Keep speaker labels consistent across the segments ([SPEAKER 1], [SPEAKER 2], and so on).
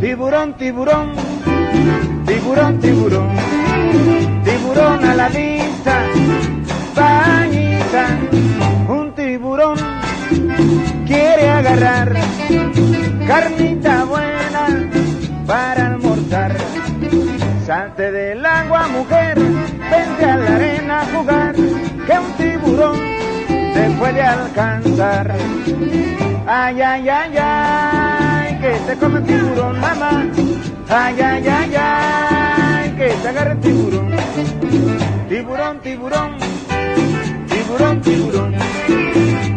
[SPEAKER 1] Tiburón, tiburón, tiburón, tiburón, tiburón a la vista, pañita, un tiburón quiere agarrar carnita buena para almorzar. Salte del agua, mujer, vente a la arena a jugar, que un tiburón te puede alcanzar. Ay, ay, ay, ay, que se come el tiburón, mamá. Ay, ay, ay, ay, que se agarre el tiburón. Tiburón, tiburón, tiburón, tiburón.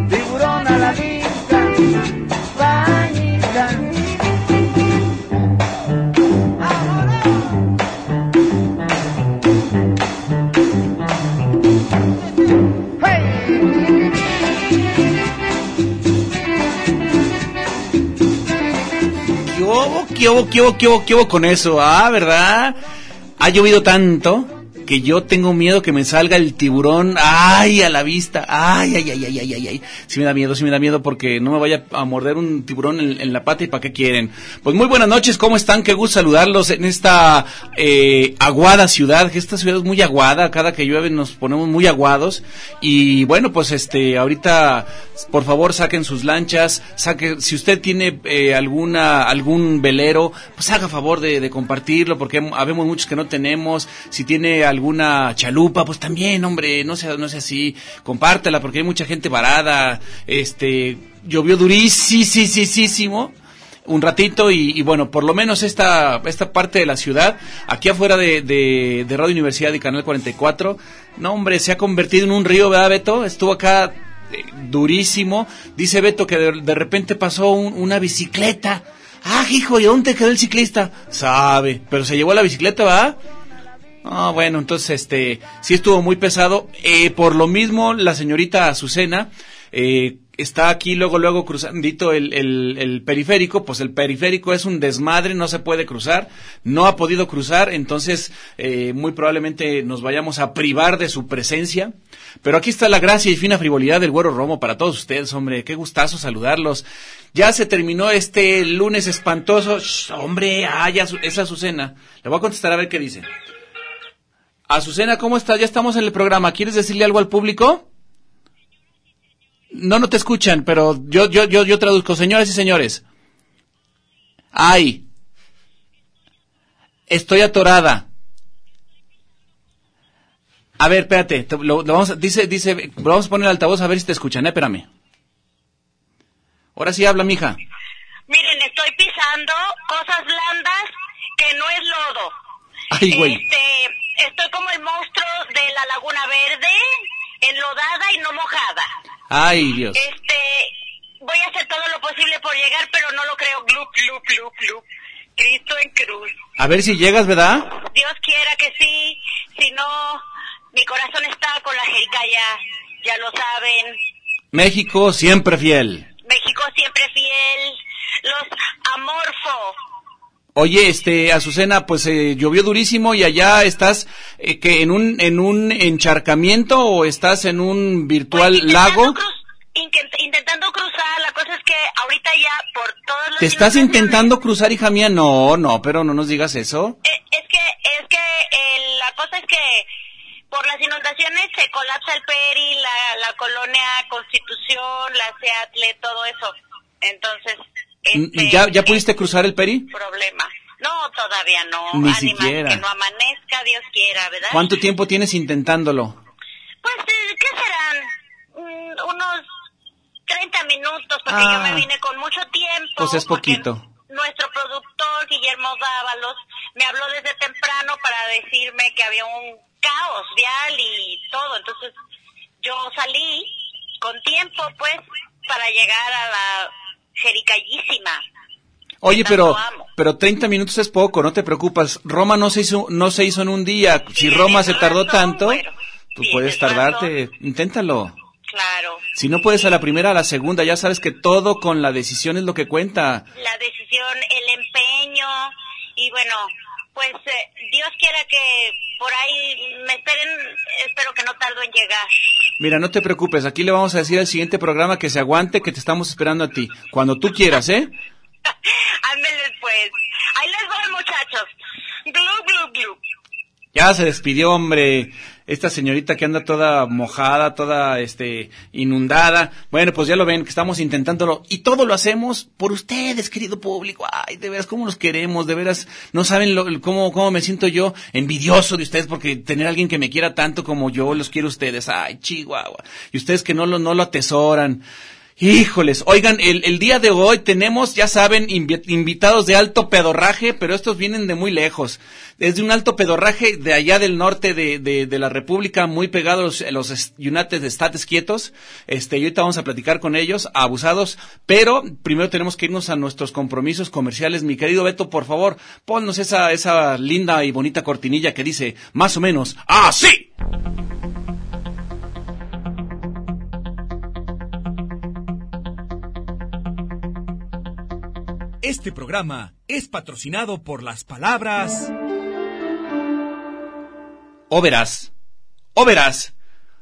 [SPEAKER 1] Tiburón a la vista, bañita. ¡Hey!
[SPEAKER 2] ¿Qué hubo, qué hubo, qué hubo, qué hubo, qué hubo con eso? Ah, ¿verdad? Ha llovido tanto que yo tengo miedo que me salga el tiburón. ¡Ay, a la vista! ¡Ay, ay, ay, ay, ay, ay! ay. Sí me da miedo, sí me da miedo porque no me vaya a morder un tiburón en, en la pata y para qué quieren. Pues muy buenas noches, ¿cómo están? Qué gusto saludarlos en esta eh, aguada ciudad, que esta ciudad es muy aguada, cada que llueve nos ponemos muy aguados. Y bueno, pues este, ahorita, por favor, saquen sus lanchas, saque, si usted tiene eh, alguna, algún velero, pues haga favor de, de compartirlo, porque habemos muchos que no tenemos. Si tiene alguna chalupa, pues también, hombre, no sea, no sea así, compártela, porque hay mucha gente varada, este, llovió durísimo un ratito y, y bueno, por lo menos esta, esta parte de la ciudad, aquí afuera de, de, de Radio Universidad y Canal 44, no hombre, se ha convertido en un río, ¿verdad Beto? Estuvo acá eh, durísimo, dice Beto que de, de repente pasó un- una bicicleta. Ah, hijo, ¿y dónde quedó el ciclista? Sabe, pero se llevó la bicicleta, ¿verdad? Ah, bueno, entonces, este, sí estuvo muy pesado. Eh, por lo mismo, la señorita Azucena eh, está aquí luego, luego cruzandito el, el, el periférico. Pues el periférico es un desmadre, no se puede cruzar, no ha podido cruzar, entonces eh, muy probablemente nos vayamos a privar de su presencia. Pero aquí está la gracia y fina frivolidad del Güero Romo para todos ustedes, hombre. Qué gustazo saludarlos. Ya se terminó este lunes espantoso. Shh, hombre, ah, ya su- es Azucena. Le voy a contestar a ver qué dice. Azucena, ¿cómo estás? Ya estamos en el programa. ¿Quieres decirle algo al público? No, no te escuchan, pero yo, yo, yo, yo traduzco. Señoras y señores. Ay. Estoy atorada. A ver, espérate. te- lo- lo vamos a- dice, dice, vamos a poner el altavoz a ver si te escuchan. eh, espérame. Ahora sí habla, mija.
[SPEAKER 3] Miren, estoy pisando cosas blandas que no es lodo.
[SPEAKER 2] Ay, güey.
[SPEAKER 3] Este, estoy como el monstruo de la Laguna Verde, enlodada y no mojada.
[SPEAKER 2] Ay, Dios.
[SPEAKER 3] Este, voy a hacer todo lo posible por llegar, pero no lo creo. Glup, glup, glup, glup. Cristo en cruz.
[SPEAKER 2] A ver si llegas, ¿verdad?
[SPEAKER 3] Dios quiera que sí, si no, mi corazón está con la jericaya, ya lo saben.
[SPEAKER 2] México siempre fiel.
[SPEAKER 3] México siempre fiel, los amorfo.
[SPEAKER 2] Oye, este, Azucena, pues eh, llovió durísimo y allá estás eh, que en un en un encharcamiento o estás en un virtual
[SPEAKER 3] Pues, intentando
[SPEAKER 2] lago.
[SPEAKER 3] cruz- inquen- intentando cruzar, la cosa es que ahorita ya por todos los...
[SPEAKER 2] ¿Te estás
[SPEAKER 3] cielos-
[SPEAKER 2] intentando cruzar, hija mía? No, no, pero no nos digas eso.
[SPEAKER 3] Eh, Es que, es que eh, la cosa es que por las inundaciones se colapsa el Peri, la, la colonia Constitución, la Seattle, todo eso. Entonces... este,
[SPEAKER 2] ¿Ya, ya
[SPEAKER 3] es
[SPEAKER 2] pudiste cruzar el peri?
[SPEAKER 3] un Problema. No, todavía no.
[SPEAKER 2] Ni
[SPEAKER 3] Ánimas
[SPEAKER 2] siquiera.
[SPEAKER 3] Que no amanezca, Dios quiera, ¿verdad?
[SPEAKER 2] ¿Cuánto tiempo tienes intentándolo?
[SPEAKER 3] Pues, eh, ¿qué serán? Mm, Unos 30 minutos, porque
[SPEAKER 2] Ah.
[SPEAKER 3] yo me vine con mucho tiempo.
[SPEAKER 2] Pues es
[SPEAKER 3] porque
[SPEAKER 2] poquito.
[SPEAKER 3] Nuestro productor, Guillermo Dávalos, me habló desde temprano para decirme pues, llegar a la jericallísima.
[SPEAKER 2] Oye,
[SPEAKER 3] Tanto
[SPEAKER 2] pero,
[SPEAKER 3] amo.
[SPEAKER 2] pero 30 minutos es poco, no te preocupas. Roma no se hizo, no se hizo en un día. Si
[SPEAKER 3] Tienes
[SPEAKER 2] Roma se tardó
[SPEAKER 3] razón,
[SPEAKER 2] tanto,
[SPEAKER 3] bueno,
[SPEAKER 2] tú
[SPEAKER 3] tienes
[SPEAKER 2] puedes tardarte.
[SPEAKER 3] razón.
[SPEAKER 2] Inténtalo.
[SPEAKER 3] Claro.
[SPEAKER 2] Si no puedes a la primera, a la segunda, ya sabes que todo con la decisión es lo que cuenta.
[SPEAKER 3] la decisión, el empeño y bueno, pues eh, Dios quiera que por ahí me esperen, espero que no tardo en llegar.
[SPEAKER 2] Mira, no te preocupes, aquí le vamos a decir al siguiente programa que se aguante, que te estamos esperando a ti. Cuando tú quieras, ¿eh?
[SPEAKER 3] Ándele pues. Ahí les voy muchachos. Glu, glu, glu.
[SPEAKER 2] Ya se despidió, hombre. Esta señorita que anda toda mojada, toda este inundada. Bueno, pues ya lo ven, que estamos intentándolo. Y todo lo hacemos por ustedes, querido público. Ay, de veras, cómo los queremos, de veras. No saben lo- el- cómo, cómo me siento yo envidioso de ustedes, porque tener a alguien que me quiera tanto como yo, los quiero a ustedes. Ay, chihuahua. Y ustedes que no lo, no lo atesoran. Híjoles, oigan, el, el día de hoy tenemos, ya saben, invi- invitados de alto pedorraje, pero estos vienen de muy lejos. Desde un alto pedorraje de allá del norte de, de- de la República, muy pegados a los est- United States quietos. Este, y ahorita vamos a platicar con ellos, abusados, pero primero tenemos que irnos a nuestros compromisos comerciales. Mi querido Beto, por favor, ponnos esa, esa linda y bonita cortinilla que dice, más o menos, así.
[SPEAKER 4] Este programa es patrocinado por las palabras.
[SPEAKER 2] Overas. Overas.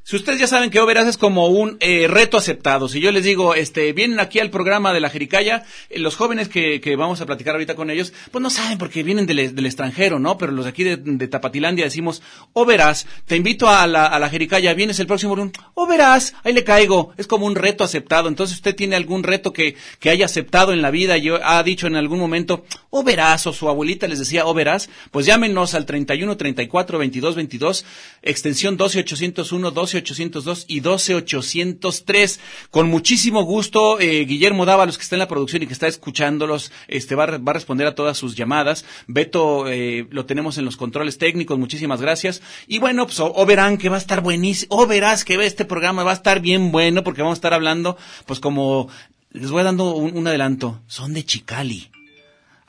[SPEAKER 2] Si ustedes ya saben que Overas es como un eh, reto aceptado. Si yo les digo, este, vienen aquí al programa de la Jericaya, eh, los jóvenes que, que vamos a platicar ahorita con ellos, pues no saben porque vienen del, del extranjero, ¿no? Pero los de aquí de, de Tapatilandia decimos, Overas, te invito a la, a la Jericaya, vienes el próximo lunes, Overas, ahí le caigo. Es como un reto aceptado. Entonces usted tiene algún reto que, que haya aceptado en la vida y ha dicho en algún momento, o verás, o su abuelita les decía, o verás, pues llámenos al 31 34 22 22, extensión 12 801, 12 802 y 12 803. Con muchísimo gusto, eh, Guillermo Dávalos, que está en la producción y que está escuchándolos, este va, a re- va a responder a todas sus llamadas. Beto, eh, lo tenemos en los controles técnicos, muchísimas gracias. Y bueno, pues o, o verán que va a estar buenísimo, o verás que este programa va a estar bien bueno porque vamos a estar hablando, pues como, les voy dando un- un adelanto, son de Chicali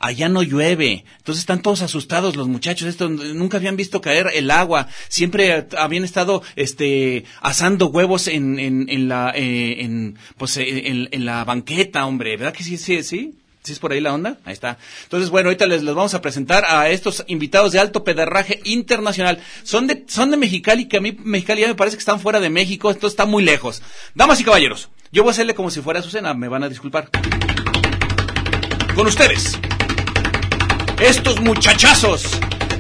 [SPEAKER 2] allá no llueve. Entonces están todos asustados los muchachos, esto nunca habían visto caer el agua, siempre eh, habían estado este asando huevos en, en, en la eh, en pues eh, en, en la banqueta, hombre, ¿verdad que sí sí sí? ¿Sí es por ahí la onda? Ahí está. Entonces, bueno, ahorita les, les vamos a presentar a estos invitados de alto pedarraje internacional. Son de, son de Mexicali, que a mí Mexicali ya me parece que están fuera de México, entonces está muy lejos. Damas y caballeros, yo voy a hacerle como si fuera Azucena, me van a disculpar. Con ustedes, estos muchachazos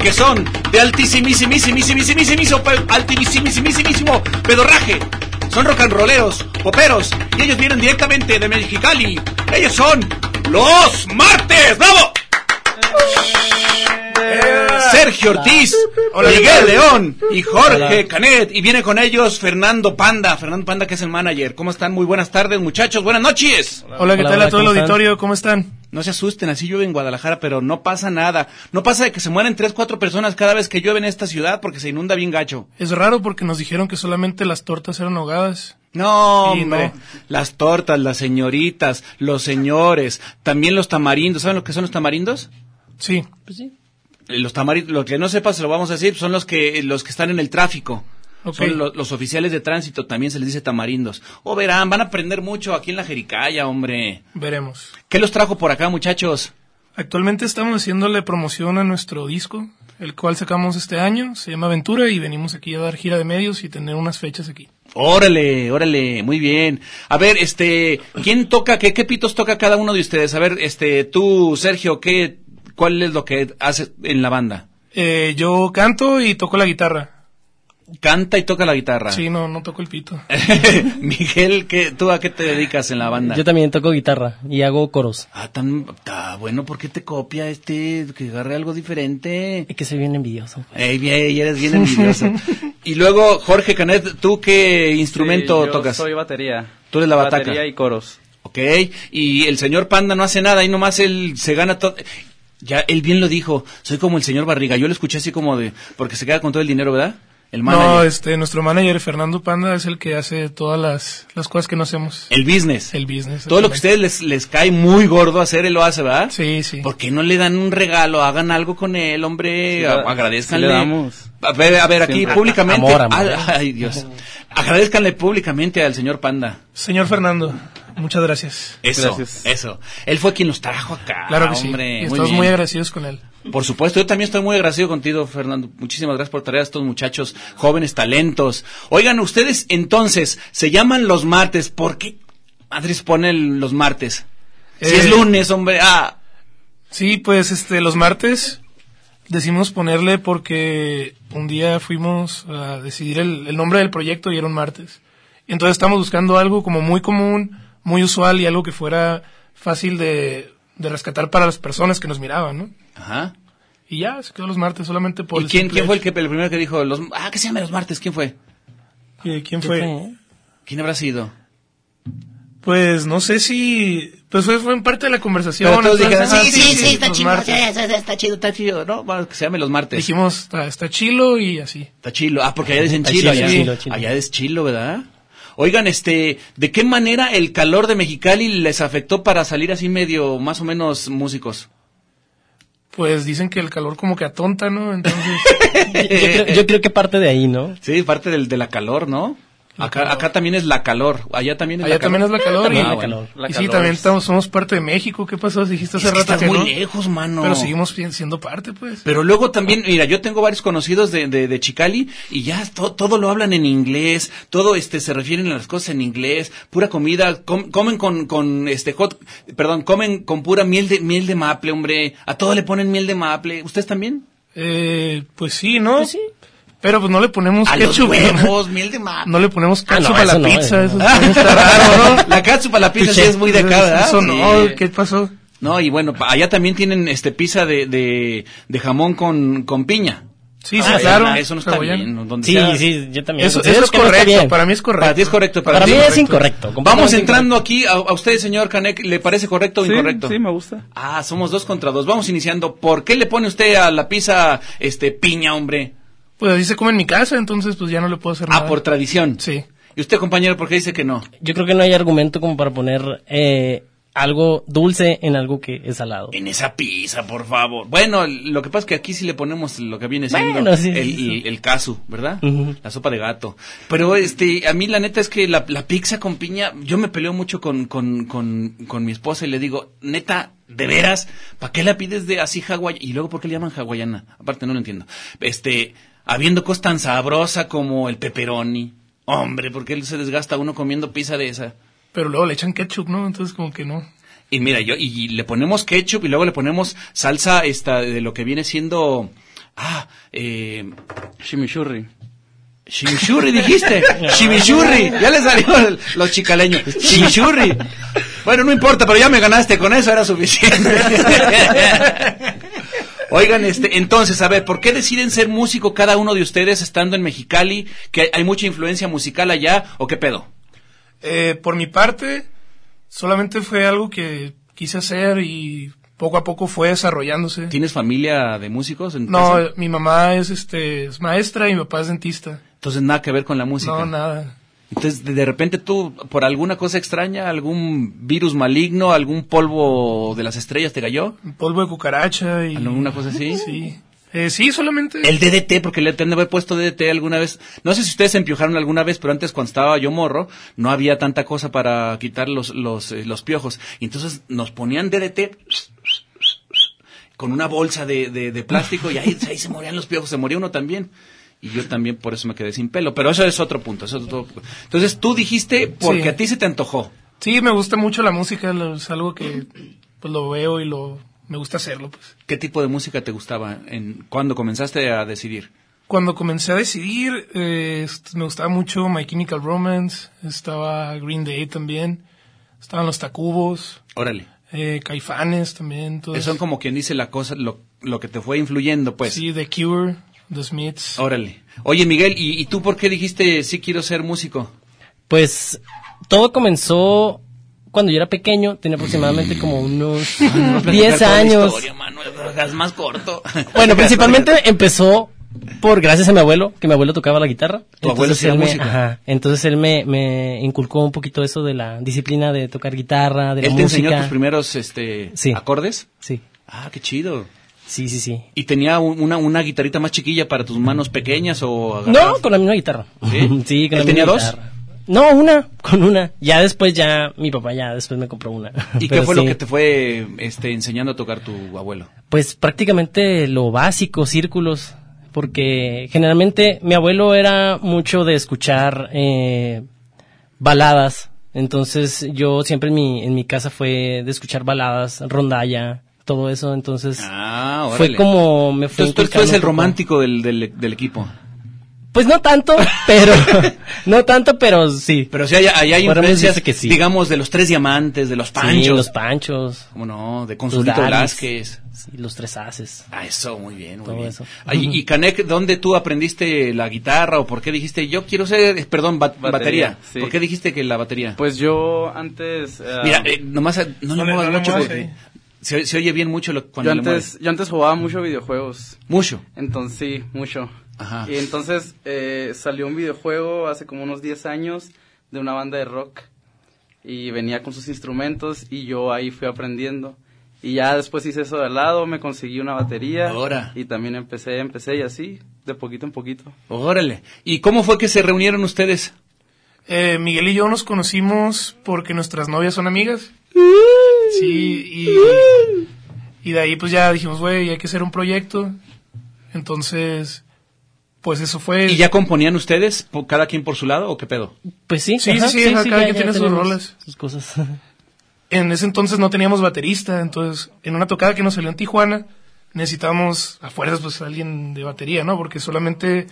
[SPEAKER 2] que son de altísimísimísimísimísimísimo altísimísimísimísimo pedorraje. Son rock and rolleros, poperos, y ellos vienen directamente de Mexicali. Ellos son los martes, ¡bravo! Sergio Ortiz, Miguel León y Jorge Canet. Y viene con ellos Fernando Panda, Fernando Panda que es el manager. ¿Cómo están? Muy buenas tardes, muchachos. Buenas noches.
[SPEAKER 5] Hola, ¿qué
[SPEAKER 6] Hola,
[SPEAKER 5] tal
[SPEAKER 6] hola,
[SPEAKER 5] a todo el
[SPEAKER 6] ¿cómo están?
[SPEAKER 5] auditorio? ¿Cómo están?
[SPEAKER 2] No se asusten, así llueve en Guadalajara, pero no pasa nada. No pasa de que se mueren tres, cuatro personas cada vez que llueve en esta ciudad porque se inunda bien gacho.
[SPEAKER 5] Es raro porque nos dijeron que solamente las tortas eran ahogadas.
[SPEAKER 2] No,
[SPEAKER 5] Sí,
[SPEAKER 2] hombre.
[SPEAKER 5] no.
[SPEAKER 2] Las tortas, las señoritas, los señores, también los tamarindos. ¿Saben lo que son los tamarindos?
[SPEAKER 5] Sí.
[SPEAKER 2] Eh, Los tamarindos, lo que no sepas se lo vamos a decir, son los que, los que están en el tráfico.
[SPEAKER 5] Ok.
[SPEAKER 2] Son lo- los oficiales de tránsito, también se les dice tamarindos. O verán, van a aprender mucho aquí en la Jericaya, hombre.
[SPEAKER 5] Veremos.
[SPEAKER 2] ¿Qué los trajo por acá, muchachos?
[SPEAKER 5] Actualmente estamos haciéndole promoción a nuestro disco, el cual sacamos este año, se llama Aventura y venimos aquí a dar gira de medios y tener unas fechas aquí.
[SPEAKER 2] Órale, órale, muy bien. A ver, este, ¿quién toca qué, qué pitos toca cada uno de ustedes? A ver, este, tú, Sergio, ¿qué, cuál es lo que haces en la banda?
[SPEAKER 5] Eh, yo canto y toco la guitarra.
[SPEAKER 2] Canta y toca la guitarra.
[SPEAKER 5] Sí, no, no toco el pito.
[SPEAKER 2] Miguel, ¿qué, ¿tú a qué te dedicas en la banda?
[SPEAKER 6] Yo también toco guitarra y hago coros.
[SPEAKER 2] Ah, tan, ta, bueno, ¿por qué te copia este? Que agarre algo diferente.
[SPEAKER 6] Es que soy bien envidioso.
[SPEAKER 2] Ey, bien, ya eres bien envidioso. y luego, Jorge Canet, ¿tú qué instrumento
[SPEAKER 7] yo
[SPEAKER 2] tocas?
[SPEAKER 7] Soy batería.
[SPEAKER 2] Tú eres la bataca.
[SPEAKER 7] Batería y coros.
[SPEAKER 2] Ok, y el señor Panda no hace nada, ahí nomás él se gana todo. Ya, él bien lo dijo, soy como el señor Barriga, yo lo escuché así como de, porque se queda con todo el dinero, ¿verdad? El
[SPEAKER 5] No,
[SPEAKER 2] manager.
[SPEAKER 5] este, nuestro manager Fernando Panda es el que hace todas las, las cosas que no hacemos.
[SPEAKER 2] El business.
[SPEAKER 5] El business.
[SPEAKER 2] Todo lo que a ustedes les, les cae muy gordo hacer, él lo hace, ¿verdad?
[SPEAKER 5] Sí, sí.
[SPEAKER 2] ¿Por qué no le dan un regalo? Hagan algo con él, hombre.
[SPEAKER 7] Sí,
[SPEAKER 2] a-
[SPEAKER 7] la-
[SPEAKER 2] agradezcanle.
[SPEAKER 7] sí le damos.
[SPEAKER 2] A ver, a ver, aquí
[SPEAKER 7] Siempre.
[SPEAKER 2] públicamente.
[SPEAKER 6] Amor, amor.
[SPEAKER 2] al- ay, Dios. Agradezcanle públicamente al señor Panda.
[SPEAKER 5] Señor Fernando, muchas gracias.
[SPEAKER 2] Eso,
[SPEAKER 7] Gracias.
[SPEAKER 2] eso. Él fue quien los trajo acá.
[SPEAKER 5] Claro que sí.
[SPEAKER 2] Ah, hombre.
[SPEAKER 5] Y
[SPEAKER 2] Muy
[SPEAKER 5] estamos
[SPEAKER 2] bien.
[SPEAKER 5] muy agradecidos con él.
[SPEAKER 2] Por supuesto, yo también estoy muy agradecido contigo, Fernando. Muchísimas gracias por traer a estos muchachos, jóvenes talentos. Oigan, ustedes entonces se llaman los martes. ¿Por qué madres ponen los martes? Si
[SPEAKER 5] Eh,
[SPEAKER 2] es lunes, hombre. Ah,
[SPEAKER 5] Sí, pues este, los martes decimos ponerle porque un día fuimos a decidir el, el nombre del proyecto y era un martes. Entonces estamos buscando algo como muy común, muy usual y algo que fuera fácil de, de rescatar para las personas que nos miraban, ¿no?
[SPEAKER 2] ajá.
[SPEAKER 5] Y ya, se quedó los martes solamente por...
[SPEAKER 2] ¿Y
[SPEAKER 5] el
[SPEAKER 2] quién,
[SPEAKER 5] simple
[SPEAKER 2] quién fue el,
[SPEAKER 5] hecho.
[SPEAKER 2] que, el primero que dijo los, ah, que se llame los martes? ¿Quién fue?
[SPEAKER 5] Eh, ¿Quién fue?
[SPEAKER 2] ¿Quién habrá sido?
[SPEAKER 5] Pues no sé si... Pues fue, fue en parte de la conversación.
[SPEAKER 2] Pero todos dijeron,
[SPEAKER 5] entonces, ah,
[SPEAKER 2] sí, sí, sí, está
[SPEAKER 5] los
[SPEAKER 2] chido,
[SPEAKER 5] martes.
[SPEAKER 2] sí, sí, sí, está chido, está chido, no, bueno, que se llame los martes.
[SPEAKER 5] Dijimos, está, está chilo y así.
[SPEAKER 2] Está chilo. Ah, porque allá dicen
[SPEAKER 6] Está
[SPEAKER 2] chilo.
[SPEAKER 6] chilo,
[SPEAKER 2] allá,
[SPEAKER 6] chilo, chilo.
[SPEAKER 2] allá es chilo, ¿verdad? Oigan, este, ¿de qué manera el calor de Mexicali les afectó para salir así medio, más o menos, músicos?
[SPEAKER 5] Pues dicen que el calor como que atonta, ¿no? Entonces...
[SPEAKER 6] Yo, yo creo, yo creo que parte de ahí, ¿no?
[SPEAKER 2] Sí, parte del, de la calor, ¿no?
[SPEAKER 5] La
[SPEAKER 2] Acá,
[SPEAKER 5] calor.
[SPEAKER 2] acá también es la calor. Allá también es
[SPEAKER 5] Allá
[SPEAKER 2] la calor. Ah,
[SPEAKER 5] también es la calor. y,
[SPEAKER 6] También la
[SPEAKER 2] bueno.
[SPEAKER 6] calor.
[SPEAKER 7] La
[SPEAKER 5] y sí,
[SPEAKER 7] calor.
[SPEAKER 5] también estamos, somos parte de México. ¿Qué pasó? Dijiste hace
[SPEAKER 2] Es que
[SPEAKER 5] rato
[SPEAKER 2] estás
[SPEAKER 5] que
[SPEAKER 2] muy
[SPEAKER 5] no,
[SPEAKER 2] lejos, mano.
[SPEAKER 5] Pero seguimos pi- siendo parte, pues.
[SPEAKER 2] Pero luego también, mira, yo tengo varios conocidos de, de, de Chicali y ya to- todo lo hablan en inglés, todo este se refieren a las cosas en inglés, pura comida, com- comen con, con este hot, perdón, comen con pura miel de miel de maple, hombre, a todo le ponen miel de maple, ¿ustedes también?
[SPEAKER 5] Eh, pues sí, ¿no? Pero pues no le ponemos
[SPEAKER 2] A los
[SPEAKER 5] ketchup. ¿no?
[SPEAKER 2] huevos, miel de maple.
[SPEAKER 5] No le ponemos
[SPEAKER 6] Ah, no,
[SPEAKER 5] ketchup a la
[SPEAKER 6] eso no,
[SPEAKER 5] pizza.
[SPEAKER 6] eso
[SPEAKER 5] Eso
[SPEAKER 6] no.
[SPEAKER 5] está raro, ¿no?
[SPEAKER 2] La catsup a la pizza sí es muy de acá, ¿verdad?
[SPEAKER 5] Eso no,
[SPEAKER 2] Sí.
[SPEAKER 5] ¿qué pasó?
[SPEAKER 2] No, y bueno, pa- allá también tienen este pizza de, de, de jamón con, con piña.
[SPEAKER 5] Sí, sí,
[SPEAKER 2] Ah,
[SPEAKER 5] claro.
[SPEAKER 2] Eso no está
[SPEAKER 5] hawaiano.
[SPEAKER 2] bien. ¿no? Donde
[SPEAKER 6] Sí,
[SPEAKER 2] sea-
[SPEAKER 6] sí, yo también.
[SPEAKER 5] Eso,
[SPEAKER 6] Yo
[SPEAKER 5] eso
[SPEAKER 6] creo
[SPEAKER 5] es
[SPEAKER 6] que no está
[SPEAKER 5] correcto,
[SPEAKER 6] bien.
[SPEAKER 5] para mí es correcto.
[SPEAKER 2] Para ti es correcto.
[SPEAKER 6] Para
[SPEAKER 2] ti
[SPEAKER 6] mí
[SPEAKER 2] es
[SPEAKER 6] es incorrecto.
[SPEAKER 2] Vamos
[SPEAKER 6] completamente
[SPEAKER 2] entrando aquí a, a usted, señor Canek. ¿Le parece correcto o
[SPEAKER 7] Sí,
[SPEAKER 2] incorrecto?
[SPEAKER 7] sí, me gusta.
[SPEAKER 2] Ah, somos dos contra dos. Vamos iniciando. ¿Por qué le pone usted a la pizza este piña, hombre?
[SPEAKER 5] Pues así se come en mi casa, entonces pues ya no le puedo hacer nada.
[SPEAKER 2] Ah, por tradición.
[SPEAKER 5] Sí.
[SPEAKER 2] ¿Y usted, compañero, por qué dice que no?
[SPEAKER 6] Yo creo que no hay argumento como para poner eh, algo dulce en algo que es salado.
[SPEAKER 2] En esa pizza, por favor. Bueno, lo que pasa es que aquí sí le ponemos lo que viene siendo
[SPEAKER 6] Bueno, sí,
[SPEAKER 2] el,
[SPEAKER 6] sí, sí.
[SPEAKER 2] el, el casu, ¿verdad?
[SPEAKER 6] Ujú.
[SPEAKER 2] La sopa de gato. Pero este, a mí la neta es que la, la pizza con piña, yo me peleo mucho con, con, con, con mi esposa y le digo, neta, de veras, ¿para qué la pides de así hawaiana? Y luego, ¿por qué le llaman hawaiana? Aparte, no lo entiendo. Este, habiendo cosas tan sabrosa como el pepperoni. Hombre, ¿por qué se desgasta uno comiendo pizza de esa?
[SPEAKER 5] Pero luego le echan ketchup, ¿no? Entonces como que no.
[SPEAKER 2] Y mira, yo, y le ponemos ketchup y luego le ponemos salsa esta de lo que viene siendo. Ah, eh.
[SPEAKER 7] Chimichurri.
[SPEAKER 2] Chimichurri, dijiste. Chimichurri. Ya le salió el- los chicaleños. Chimichurri. Bueno, no importa, pero ya me ganaste. Con eso era suficiente. Oigan, este, entonces, a ver, ¿por qué deciden ser músico cada uno de ustedes estando en Mexicali? ¿Que hay mucha influencia musical allá o qué pedo?
[SPEAKER 5] Eh, por mi parte, solamente fue algo que quise hacer y poco a poco fue desarrollándose.
[SPEAKER 2] ¿Tienes familia de músicos? en tu
[SPEAKER 5] No,
[SPEAKER 2] casa?
[SPEAKER 5] eh, mi mamá es, este, es maestra y mi papá es dentista.
[SPEAKER 2] Entonces nada que ver con la música.
[SPEAKER 5] No, nada.
[SPEAKER 2] Entonces, de de repente tú, por alguna cosa extraña, algún virus maligno, algún polvo de las estrellas te cayó,
[SPEAKER 5] Polvo de cucaracha y...
[SPEAKER 2] alguna cosa así.
[SPEAKER 5] Sí. Eh, sí, solamente...
[SPEAKER 2] El DDT, porque le han de haber puesto DDT alguna vez. No sé si ustedes se empiojaron alguna vez, pero antes cuando estaba yo morro, no había tanta cosa para quitar los, los, eh, los piojos. Y entonces nos ponían DDT con una bolsa de, de- de plástico y ahí, ahí se morían los piojos, se moría uno también. Y yo también por eso me quedé sin pelo. Pero eso es otro punto. Eso es otro... Entonces tú dijiste porque
[SPEAKER 5] Sí.
[SPEAKER 2] a ti se te antojó.
[SPEAKER 5] Sí, me gusta mucho la música, lo- es algo que pues lo veo y lo... me gusta hacerlo, pues.
[SPEAKER 2] ¿Qué tipo de música te gustaba en cuando comenzaste a decidir?
[SPEAKER 5] Cuando comencé a decidir, eh, est- me gustaba mucho My Chemical Romance, estaba Green Day también, estaban los Tacubos,
[SPEAKER 2] Órale.
[SPEAKER 5] eh, Caifanes también, todo
[SPEAKER 2] Son
[SPEAKER 5] eso.
[SPEAKER 2] como quien dice la cosa, lo, lo que te fue influyendo, pues.
[SPEAKER 5] Sí, The Cure, The Smiths.
[SPEAKER 2] Órale. Oye, Miguel, ¿y, y tú por qué dijiste sí quiero ser músico?
[SPEAKER 6] Pues todo comenzó cuando yo era pequeño, tenía aproximadamente como unos
[SPEAKER 2] No platicar
[SPEAKER 6] 10
[SPEAKER 2] toda la
[SPEAKER 6] años.
[SPEAKER 2] historia, mano, hagas más corto.
[SPEAKER 6] Bueno, principalmente empezó por gracias a mi abuelo, que mi abuelo tocaba la guitarra.
[SPEAKER 2] Tu abuelo hacía
[SPEAKER 6] él me-
[SPEAKER 2] música.
[SPEAKER 6] ajá, entonces él me, me inculcó un poquito eso de la disciplina de tocar guitarra, de la
[SPEAKER 2] Él te
[SPEAKER 6] música.
[SPEAKER 2] enseñó tus primeros este,
[SPEAKER 6] Sí.
[SPEAKER 2] acordes.
[SPEAKER 6] Sí,
[SPEAKER 2] Ah, qué chido.
[SPEAKER 6] sí, sí, sí.
[SPEAKER 2] ¿Y tenía un- una, una guitarrita más chiquilla para tus manos pequeñas o
[SPEAKER 6] No,
[SPEAKER 2] agarrabas?
[SPEAKER 6] con la misma guitarra.
[SPEAKER 2] ¿Sí? ¿Él
[SPEAKER 6] con la
[SPEAKER 2] tenía
[SPEAKER 6] misma
[SPEAKER 2] dos?
[SPEAKER 6] guitarra. No, una, con una. Ya después ya, mi papá ya después me compró una.
[SPEAKER 2] ¿Y qué
[SPEAKER 6] Pero
[SPEAKER 2] fue lo
[SPEAKER 6] sí.
[SPEAKER 2] que te fue este, enseñando a tocar tu abuelo?
[SPEAKER 6] Pues prácticamente lo básico, círculos, porque generalmente mi abuelo era mucho de escuchar eh, baladas, entonces yo siempre en mi, en mi casa fue de escuchar baladas, rondalla, todo eso, entonces
[SPEAKER 2] Ah,
[SPEAKER 6] fue
[SPEAKER 2] órale.
[SPEAKER 6] como me fue
[SPEAKER 2] Entonces tú, tú
[SPEAKER 6] inculcando
[SPEAKER 2] eres el
[SPEAKER 6] un poco.
[SPEAKER 2] romántico del, del, del equipo.
[SPEAKER 6] Pues no tanto, pero no tanto, pero sí.
[SPEAKER 2] Pero sí, hay, ahí hay
[SPEAKER 6] Podríamos
[SPEAKER 2] influencias,
[SPEAKER 6] decirse que sí.
[SPEAKER 2] digamos, de los tres diamantes, de los panchos.
[SPEAKER 6] Sí, los panchos,
[SPEAKER 2] ¿Cómo no? De
[SPEAKER 6] los
[SPEAKER 2] Consulito
[SPEAKER 6] Dalis,
[SPEAKER 2] Velázquez.
[SPEAKER 6] sí, los tres haces.
[SPEAKER 2] Ah, eso, muy bien, muy
[SPEAKER 6] Todo
[SPEAKER 2] bien.
[SPEAKER 6] eso.
[SPEAKER 2] Ay, y Canek, ¿dónde tú aprendiste la guitarra o por qué dijiste, yo quiero ser, eh, perdón, bat- batería?
[SPEAKER 7] Batería, sí.
[SPEAKER 2] ¿Por qué dijiste que la batería?
[SPEAKER 7] Pues yo antes... eh,
[SPEAKER 2] Mira, eh, nomás, eh, no le
[SPEAKER 5] No le-
[SPEAKER 2] muevas
[SPEAKER 5] no le
[SPEAKER 2] mucho,
[SPEAKER 5] muevas
[SPEAKER 2] porque
[SPEAKER 5] ahí.
[SPEAKER 2] se, se oye bien mucho lo-
[SPEAKER 7] yo
[SPEAKER 2] cuando le
[SPEAKER 7] antes,
[SPEAKER 2] mueves.
[SPEAKER 7] yo antes jugaba mucho videojuegos.
[SPEAKER 2] Mucho.
[SPEAKER 7] Entonces, sí, mucho.
[SPEAKER 2] Ajá.
[SPEAKER 7] Y entonces eh, salió un videojuego hace como unos 10 años de una banda de rock. Y venía con sus instrumentos y yo ahí fui aprendiendo. Y ya después hice eso de al lado, me conseguí una batería.
[SPEAKER 2] Ahora.
[SPEAKER 7] Y también empecé, empecé y así, de poquito en poquito.
[SPEAKER 2] Órale. ¿Y cómo fue que se reunieron ustedes?
[SPEAKER 5] Eh, Miguel y yo nos conocimos porque nuestras novias son amigas.
[SPEAKER 2] Mm.
[SPEAKER 5] Sí, y, y de ahí pues ya dijimos, güey, hay que hacer un proyecto. Entonces, pues eso fue.
[SPEAKER 2] ¿Y ya componían ustedes, po- cada quien por su lado, o qué pedo?
[SPEAKER 6] Pues sí,
[SPEAKER 5] Sí, sí, sí, ajá, cada quien tiene sus
[SPEAKER 6] tenemos
[SPEAKER 5] roles.
[SPEAKER 6] Sus cosas.
[SPEAKER 5] En ese entonces no teníamos baterista, entonces en una tocada que nos salió en Tijuana necesitábamos a fuerzas pues a alguien de batería, ¿no? Porque solamente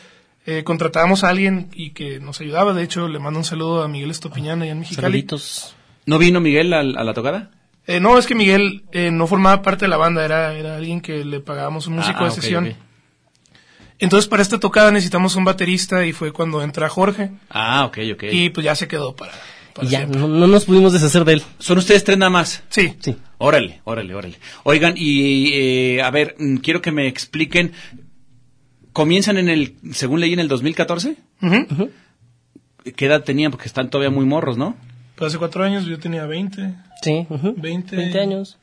[SPEAKER 5] eh, contratábamos a alguien y que nos ayudaba. De hecho, le mando un saludo a Miguel Estopiñana allá en Mexicali.
[SPEAKER 6] Saluditos.
[SPEAKER 2] ¿No vino Miguel a, a la tocada?
[SPEAKER 5] Eh, no, es que Miguel eh, no formaba parte de la banda, era, era alguien que le pagábamos un músico
[SPEAKER 2] Ah,
[SPEAKER 5] de
[SPEAKER 2] ok,
[SPEAKER 5] sesión.
[SPEAKER 2] ok.
[SPEAKER 5] Entonces para esta tocada necesitamos un baterista y fue cuando entra Jorge
[SPEAKER 2] Ah, ok, ok.
[SPEAKER 5] y pues ya se quedó para... para
[SPEAKER 6] Y ya,
[SPEAKER 5] siempre.
[SPEAKER 6] no, no nos pudimos deshacer de él.
[SPEAKER 2] ¿Son ustedes tres nada más?
[SPEAKER 5] Sí.
[SPEAKER 6] Sí.
[SPEAKER 2] Órale, órale, órale. Oigan, y eh, a ver, mm, quiero que me expliquen. ¿Comienzan en el, según leí, en el 2014?
[SPEAKER 5] Ujú.
[SPEAKER 2] ¿Qué edad tenían? Porque están todavía muy morros, ¿no?
[SPEAKER 5] Pues hace cuatro años yo tenía 20.
[SPEAKER 6] Sí, ujú.
[SPEAKER 5] Veinte.
[SPEAKER 6] 20 años.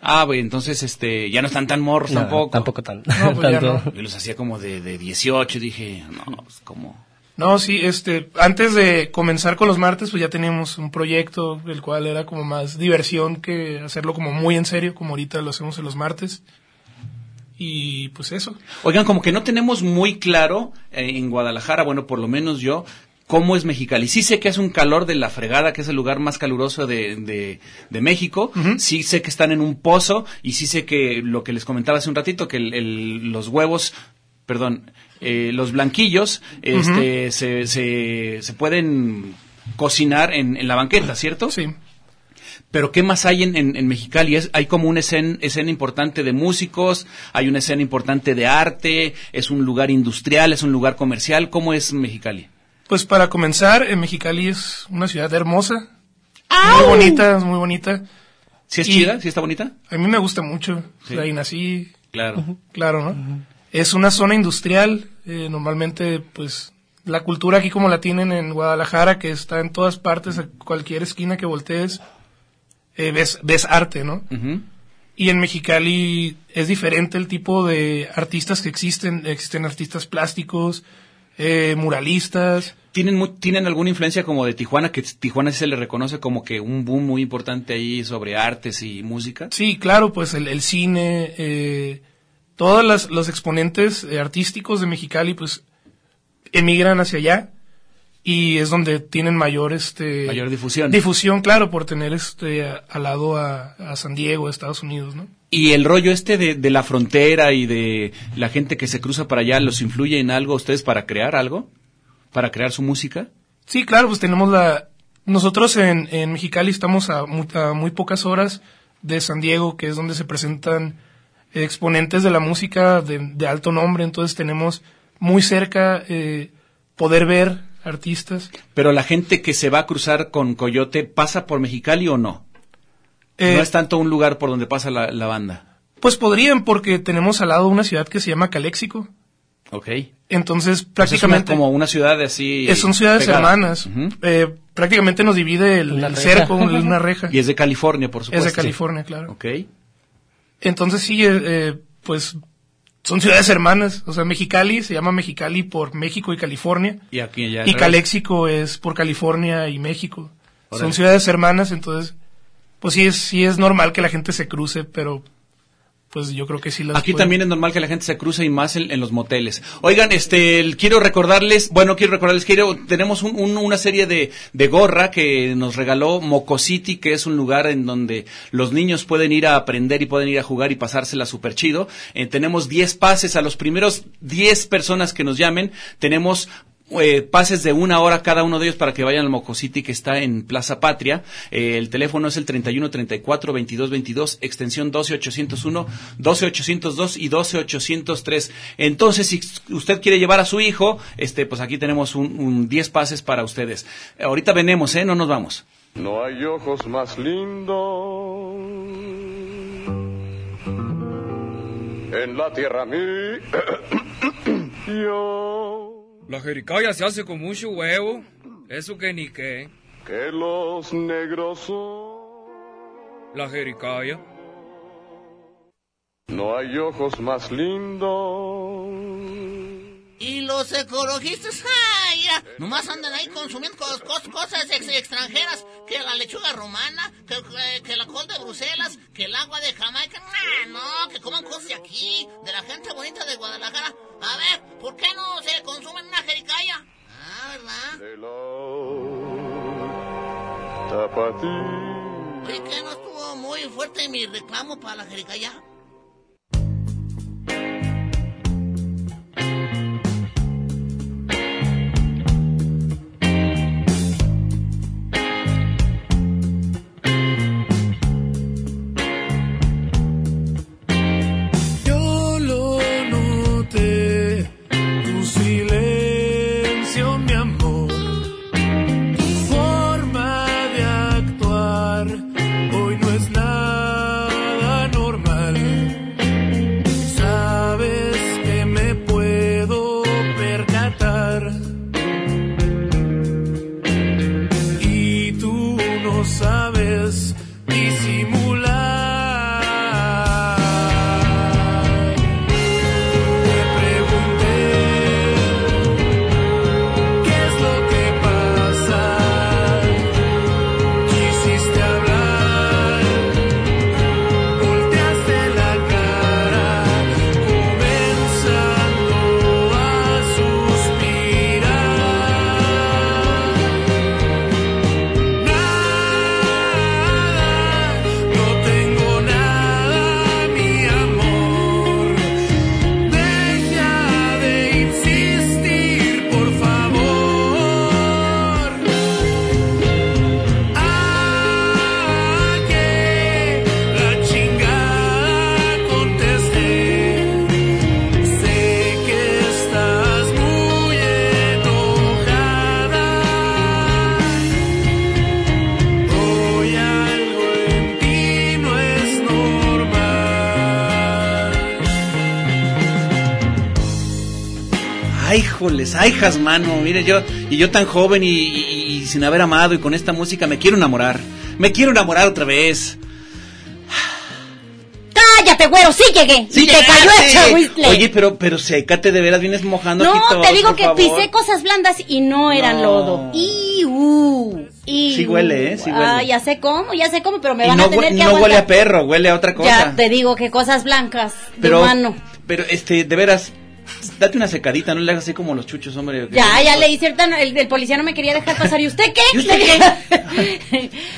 [SPEAKER 2] Ah, güey, entonces este, ya no están tan morros
[SPEAKER 6] No,
[SPEAKER 2] tampoco.
[SPEAKER 6] Tampoco tan,
[SPEAKER 5] No, pues ya
[SPEAKER 6] tanto.
[SPEAKER 2] Yo los hacía como de, de 18 y dije, no, pues como...
[SPEAKER 5] No, sí, este, antes de comenzar con los martes, pues ya teníamos un proyecto, el cual era como más diversión que hacerlo como muy en serio, como ahorita lo hacemos en los martes. Y pues eso.
[SPEAKER 2] Oigan, como que no tenemos muy claro eh, en Guadalajara, bueno, por lo menos yo, cómo es Mexicali. Sí sé que hace un calor de la fregada, que es el lugar más caluroso de, de- de México. Sí sé que están en un pozo y sí sé que lo que les comentaba hace un ratito, que el- el- los huevos, perdón, eh, los blanquillos, este, se, se- se pueden cocinar en, en la banqueta, ¿cierto?
[SPEAKER 5] Sí.
[SPEAKER 2] Pero ¿qué más hay en, en, en Mexicali? Es, hay como una escena, escena importante de músicos, hay una escena importante de arte, es un lugar industrial, es un lugar comercial. ¿Cómo es Mexicali?
[SPEAKER 5] Pues para comenzar, en Mexicali es una ciudad hermosa. Muy bonita, es muy bonita.
[SPEAKER 2] ¿Sí es
[SPEAKER 5] Y-
[SPEAKER 2] chida? ¿Sí está bonita?
[SPEAKER 5] A mí me gusta mucho.
[SPEAKER 2] Sí.
[SPEAKER 5] De ahí nací,
[SPEAKER 2] Claro.
[SPEAKER 5] Claro, ¿no? Es una zona industrial, eh, normalmente pues la cultura aquí como la tienen en Guadalajara, que está en todas partes, a cualquier esquina que voltees, eh, ves, ves arte, ¿no?
[SPEAKER 2] Ujú.
[SPEAKER 5] Y en Mexicali es diferente el tipo de artistas que existen, existen artistas plásticos, eh, muralistas,
[SPEAKER 2] ¿Tienen, mu- ¿Tienen alguna influencia como de Tijuana? Que Tijuana sí se le reconoce como que un boom muy importante ahí sobre artes y música.
[SPEAKER 5] Sí, claro, pues el, el cine, eh, todos las- los exponentes eh, artísticos de Mexicali, pues emigran hacia allá y es donde tienen mayor, este,
[SPEAKER 2] Mayor difusión.
[SPEAKER 5] difusión, claro, por tener este a- al lado a, a San Diego, Estados Unidos, ¿no?
[SPEAKER 2] Y el rollo este de, de la frontera y de la gente que se cruza para allá, ¿los influye en algo a ustedes para crear algo? ¿Para crear su música?
[SPEAKER 5] Sí, claro, pues tenemos la, nosotros en, en Mexicali estamos a muy, a muy pocas horas de San Diego, que es donde se presentan exponentes de la música de, de alto nombre, entonces tenemos muy cerca eh, poder ver artistas.
[SPEAKER 2] Pero la gente que se va a cruzar con Coyote pasa por Mexicali o no?
[SPEAKER 5] Eh,
[SPEAKER 2] no es tanto un lugar por donde pasa la, la banda.
[SPEAKER 5] Pues podrían, porque tenemos al lado una ciudad que se llama Caléxico,
[SPEAKER 2] Ok.
[SPEAKER 5] Entonces,
[SPEAKER 2] Pues es una-
[SPEAKER 5] prácticamente...
[SPEAKER 2] como una ciudad así.
[SPEAKER 5] Eh, son ciudades
[SPEAKER 2] pegada.
[SPEAKER 5] hermanas.
[SPEAKER 2] Ujú.
[SPEAKER 5] Eh, prácticamente nos divide el,
[SPEAKER 6] Una
[SPEAKER 5] el
[SPEAKER 6] reja.
[SPEAKER 5] cerco, una reja.
[SPEAKER 2] Y es de California, por
[SPEAKER 5] es
[SPEAKER 2] supuesto.
[SPEAKER 5] de California, claro.
[SPEAKER 2] Ok.
[SPEAKER 5] Entonces sí, eh, eh, pues son ciudades hermanas. O sea, Mexicali se llama Mexicali por México y California.
[SPEAKER 2] Y aquí ya.
[SPEAKER 5] Y Caléxico es por California y México.
[SPEAKER 2] Órale.
[SPEAKER 5] Son ciudades hermanas, entonces, pues sí es, sí es normal que la gente se cruce, pero pues yo creo que sí las
[SPEAKER 2] Aquí
[SPEAKER 5] pueden-
[SPEAKER 2] también es normal que la gente se cruce y más en, en los moteles. Oigan, este, el- quiero recordarles, bueno, quiero recordarles, quiero, tenemos un- un- una serie de, de gorra que nos regaló Mocosity, que es un lugar en donde los niños pueden ir a aprender y pueden ir a jugar y pasársela súper chido. Eh, tenemos 10 pases a los primeros 10 personas que nos llamen. Tenemos eh, pases de una hora cada uno de ellos para que vayan al Mocositi que está en Plaza Patria. Eh, el teléfono es el 31 34 22 22 extensión 12 801, 12 802 y 12 803. Entonces, si usted quiere llevar a su hijo, este, pues aquí tenemos un, un 10 pases para ustedes. Eh, ahorita venemos, ¿eh? No nos vamos.
[SPEAKER 8] No hay ojos más lindos en la tierra mí. yo
[SPEAKER 9] La jericaya se hace con mucho huevo. Eso que ni qué.
[SPEAKER 8] que los negros son.
[SPEAKER 9] La jericaya.
[SPEAKER 8] No hay ojos más lindos.
[SPEAKER 10] Y los ecologistas, ay, mira, nomás andan ahí consumiendo cos- cos- cosas ex- extranjeras, que la lechuga romana, que, que- que la col de Bruselas, que el agua de Jamaica, Ah, no, que coman cosas de aquí, de la gente bonita de Guadalajara. A ver, ¿por qué no se consumen una jericaya? Ah, ¿verdad?
[SPEAKER 8] De la tapatía.
[SPEAKER 10] Oye, que no estuvo muy fuerte mi reclamo para la jericaya.
[SPEAKER 11] Yo lo noté, tu silencio, mi amor, tu forma de actuar, hoy no es nada normal. Sabes que me puedo percatar y tú no sabes disimular. Te pregunté qué es lo que pasa. Quisiste hablar, volteaste la cara, comenzando a suspirar. Nada, no tengo nada, mi amor. Deja de insistir, por favor. A Ah, que la chingada contesté. Sé que estás muy enojada. Hoy algo en ti no es normal.
[SPEAKER 2] Ay, joles, ay, Jasmano, mire yo, y yo tan joven y, y- y sin haber amado y con esta música me quiero enamorar. Me quiero enamorar otra vez.
[SPEAKER 12] ¡Cállate, güero! ¡Sí llegué! ¡Y te cayó el chahuizle!
[SPEAKER 2] Ah, Oye, pero, pero sécate, de veras vienes mojando
[SPEAKER 12] No,
[SPEAKER 2] aquí todo,
[SPEAKER 12] te digo
[SPEAKER 2] por
[SPEAKER 12] que
[SPEAKER 2] favor.
[SPEAKER 12] pisé cosas blandas y no eran
[SPEAKER 2] No.
[SPEAKER 12] lodo. ¡Iu! ¡Iu!
[SPEAKER 2] Sí huele, ¿eh? Sí huele.
[SPEAKER 12] Ah, ya sé cómo, ya sé cómo, pero me
[SPEAKER 2] Y
[SPEAKER 12] van
[SPEAKER 2] no,
[SPEAKER 12] a tener
[SPEAKER 2] hue-
[SPEAKER 12] que
[SPEAKER 2] no
[SPEAKER 12] aguantar.
[SPEAKER 2] huele a perro, huele a otra
[SPEAKER 12] Ya
[SPEAKER 2] cosa.
[SPEAKER 12] te digo que cosas blancas
[SPEAKER 2] pero,
[SPEAKER 12] de mano.
[SPEAKER 2] pero, este, de veras, date una secadita, no le hagas así como los chuchos, hombre.
[SPEAKER 12] Ya, ya le hice ahorita, no, el, el policía no me quería dejar pasar. ¿Y usted qué?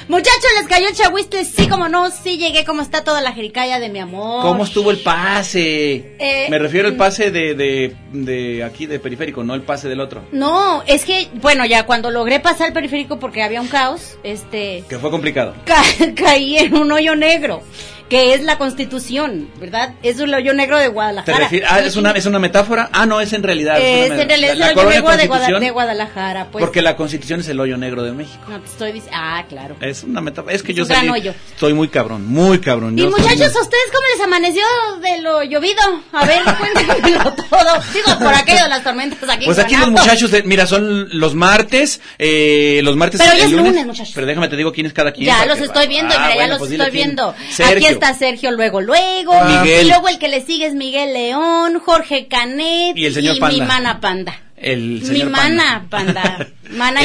[SPEAKER 12] Muchachos, les cayó el chahuiste, sí como no, sí llegué, como está toda la jericaya de mi amor.
[SPEAKER 2] ¿Cómo estuvo el pase?
[SPEAKER 12] Eh,
[SPEAKER 2] Me refiero al
[SPEAKER 12] mm.
[SPEAKER 2] pase de, de, de aquí, de periférico, no el pase del otro.
[SPEAKER 12] No, es que, bueno, ya cuando logré pasar el periférico porque había un caos, este,
[SPEAKER 2] Que fue complicado.
[SPEAKER 12] ca- caí en un hoyo negro. que es la constitución, ¿verdad? Es un hoyo negro de
[SPEAKER 2] ¿Te
[SPEAKER 12] Guadalajara.
[SPEAKER 2] refieres? Ah, ¿es una, ¿Es una metáfora? Ah, no, es en realidad.
[SPEAKER 12] Eh, Es
[SPEAKER 2] una
[SPEAKER 12] en realidad
[SPEAKER 2] metáfora. La-
[SPEAKER 12] el
[SPEAKER 2] la
[SPEAKER 12] hoyo
[SPEAKER 2] colonia
[SPEAKER 12] negro de, Guada-
[SPEAKER 2] Constitución,
[SPEAKER 12] de Guadalajara, pues.
[SPEAKER 2] Porque la constitución es el hoyo negro de México.
[SPEAKER 12] No, te estoy diciendo. Ah, claro.
[SPEAKER 2] Es una metáfora. Es que
[SPEAKER 12] Es
[SPEAKER 2] yo
[SPEAKER 12] un gran
[SPEAKER 2] salí,
[SPEAKER 12] hoyo.
[SPEAKER 2] estoy muy cabrón, muy cabrón.
[SPEAKER 12] Y
[SPEAKER 2] Yo soy
[SPEAKER 12] muchachos,
[SPEAKER 2] muy-
[SPEAKER 12] ¿a ustedes cómo les amaneció de lo llovido? A ver, cuéntenmelo todo. Digo, por aquello de las tormentas aquí. en
[SPEAKER 2] Pues aquí los
[SPEAKER 12] Guanatos.
[SPEAKER 2] muchachos, de- mira, son los martes, eh, los martes
[SPEAKER 12] Pero
[SPEAKER 2] el
[SPEAKER 12] hoy es lunes, muchachos.
[SPEAKER 2] Pero déjame te digo quién es cada quien.
[SPEAKER 12] Ya
[SPEAKER 2] para
[SPEAKER 12] los
[SPEAKER 2] que-
[SPEAKER 12] estoy viendo,
[SPEAKER 2] Ah,
[SPEAKER 12] mira, ya
[SPEAKER 2] bueno,
[SPEAKER 12] los
[SPEAKER 2] pues dile
[SPEAKER 12] estoy
[SPEAKER 2] quién.
[SPEAKER 12] viendo. Aquí
[SPEAKER 2] Sergio.
[SPEAKER 12] está Sergio luego, luego.
[SPEAKER 2] Ah. Miguel.
[SPEAKER 12] Y luego el que le sigue es Miguel León, Jorge Canet
[SPEAKER 2] Y el señor
[SPEAKER 12] mi
[SPEAKER 2] Panda.
[SPEAKER 12] mana Panda.
[SPEAKER 2] El
[SPEAKER 12] mi
[SPEAKER 2] señor Panda.
[SPEAKER 12] mana Panda. Manager,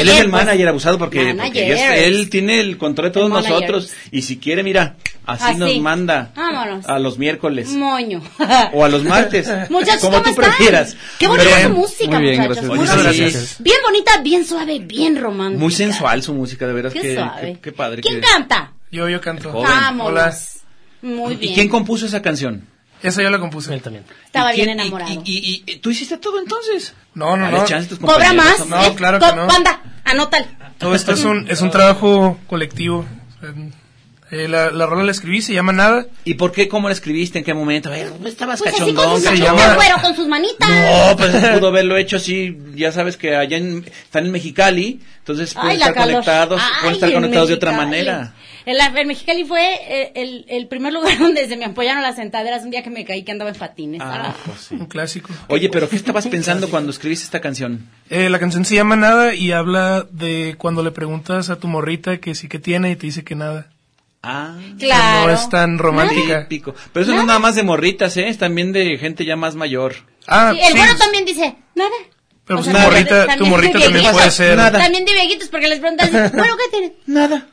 [SPEAKER 2] él es el
[SPEAKER 12] pues.
[SPEAKER 2] manager abusado porque, porque
[SPEAKER 12] Manager.
[SPEAKER 2] ellos- él tiene el control de todos
[SPEAKER 12] El manager.
[SPEAKER 2] nosotros. Y si quiere, mira, así,
[SPEAKER 12] Así.
[SPEAKER 2] nos manda
[SPEAKER 12] Vámonos.
[SPEAKER 2] a los miércoles
[SPEAKER 12] Moño.
[SPEAKER 2] o a los martes.
[SPEAKER 12] Muchachos,
[SPEAKER 2] como
[SPEAKER 12] ¿cómo
[SPEAKER 2] tú
[SPEAKER 12] están?
[SPEAKER 2] prefieras.
[SPEAKER 12] Qué bonita su música,
[SPEAKER 2] muy bien,
[SPEAKER 12] muchachos.
[SPEAKER 2] gracias.
[SPEAKER 12] Muy
[SPEAKER 2] Muchas
[SPEAKER 12] bonita.
[SPEAKER 2] gracias.
[SPEAKER 12] Bien bonita, bien suave, bien romántica.
[SPEAKER 2] Muy sensual su música, de veras.
[SPEAKER 12] Qué
[SPEAKER 2] que,
[SPEAKER 12] suave.
[SPEAKER 2] que- qué padre.
[SPEAKER 12] ¿Quién
[SPEAKER 2] que-
[SPEAKER 12] canta?
[SPEAKER 5] Yo, yo canto.
[SPEAKER 2] Joven.
[SPEAKER 12] Vámonos.
[SPEAKER 2] Hola.
[SPEAKER 12] Muy
[SPEAKER 2] ¿Y
[SPEAKER 12] bien.
[SPEAKER 2] quién compuso esa canción?
[SPEAKER 5] Esa yo la compuse. Él también.
[SPEAKER 12] Estaba
[SPEAKER 2] ¿Y quién-
[SPEAKER 12] bien enamorado.
[SPEAKER 2] ¿Y, y- tú hiciste todo entonces?
[SPEAKER 5] No, no,
[SPEAKER 2] Dale
[SPEAKER 5] no.
[SPEAKER 2] chance a tus
[SPEAKER 12] Cobra más.
[SPEAKER 5] No,
[SPEAKER 12] eh,
[SPEAKER 5] claro
[SPEAKER 12] co-
[SPEAKER 5] que no.
[SPEAKER 12] Panda, anótalo.
[SPEAKER 5] Todo esto es un, es un trabajo colectivo. Eh, la, la rola la escribí, se llama Nada.
[SPEAKER 2] ¿Y por qué? ¿Cómo la escribiste? ¿En qué momento? A ver, estabas
[SPEAKER 12] Pues así con
[SPEAKER 2] cachondón.
[SPEAKER 12] sus
[SPEAKER 2] se
[SPEAKER 12] manitas,
[SPEAKER 2] llama-
[SPEAKER 12] güero, con sus manitas.
[SPEAKER 2] No, pues eso pudo haberlo hecho así. Ya sabes que allá en, están en Mexicali, entonces pueden
[SPEAKER 12] Ay, la
[SPEAKER 2] estar
[SPEAKER 12] calor.
[SPEAKER 2] conectados,
[SPEAKER 12] Ay,
[SPEAKER 2] pueden estar
[SPEAKER 12] en
[SPEAKER 2] conectados de otra
[SPEAKER 12] Mexicali.
[SPEAKER 2] manera.
[SPEAKER 12] El, el Mexicali fue eh, el, el primer lugar donde se me apoyaron las sentaderas un día que me caí que andaba en patines.
[SPEAKER 2] Ah,
[SPEAKER 12] Ah.
[SPEAKER 2] pues sí.
[SPEAKER 5] Un clásico.
[SPEAKER 2] Oye, pero ¿qué estabas pensando cuando escribiste esta canción?
[SPEAKER 5] Eh, la canción se llama Nada y habla de cuando le preguntas a tu morrita que sí que tiene y te dice que nada.
[SPEAKER 2] Ah,
[SPEAKER 5] No es tan romántica.
[SPEAKER 2] Típico. Pero eso no es nada más de morritas, ¿eh? Es también de gente ya más mayor.
[SPEAKER 5] Ah,
[SPEAKER 12] Sí, el güero también dice, nada.
[SPEAKER 2] Pero
[SPEAKER 12] O
[SPEAKER 2] pues
[SPEAKER 12] sea,
[SPEAKER 2] tu
[SPEAKER 12] de-
[SPEAKER 2] morrita- tu morrita
[SPEAKER 12] de
[SPEAKER 2] también
[SPEAKER 12] viejitos.
[SPEAKER 2] puede ser. Nada.
[SPEAKER 12] También de viejitos, porque les preguntan, bueno, ¿qué tienen?
[SPEAKER 2] Nada.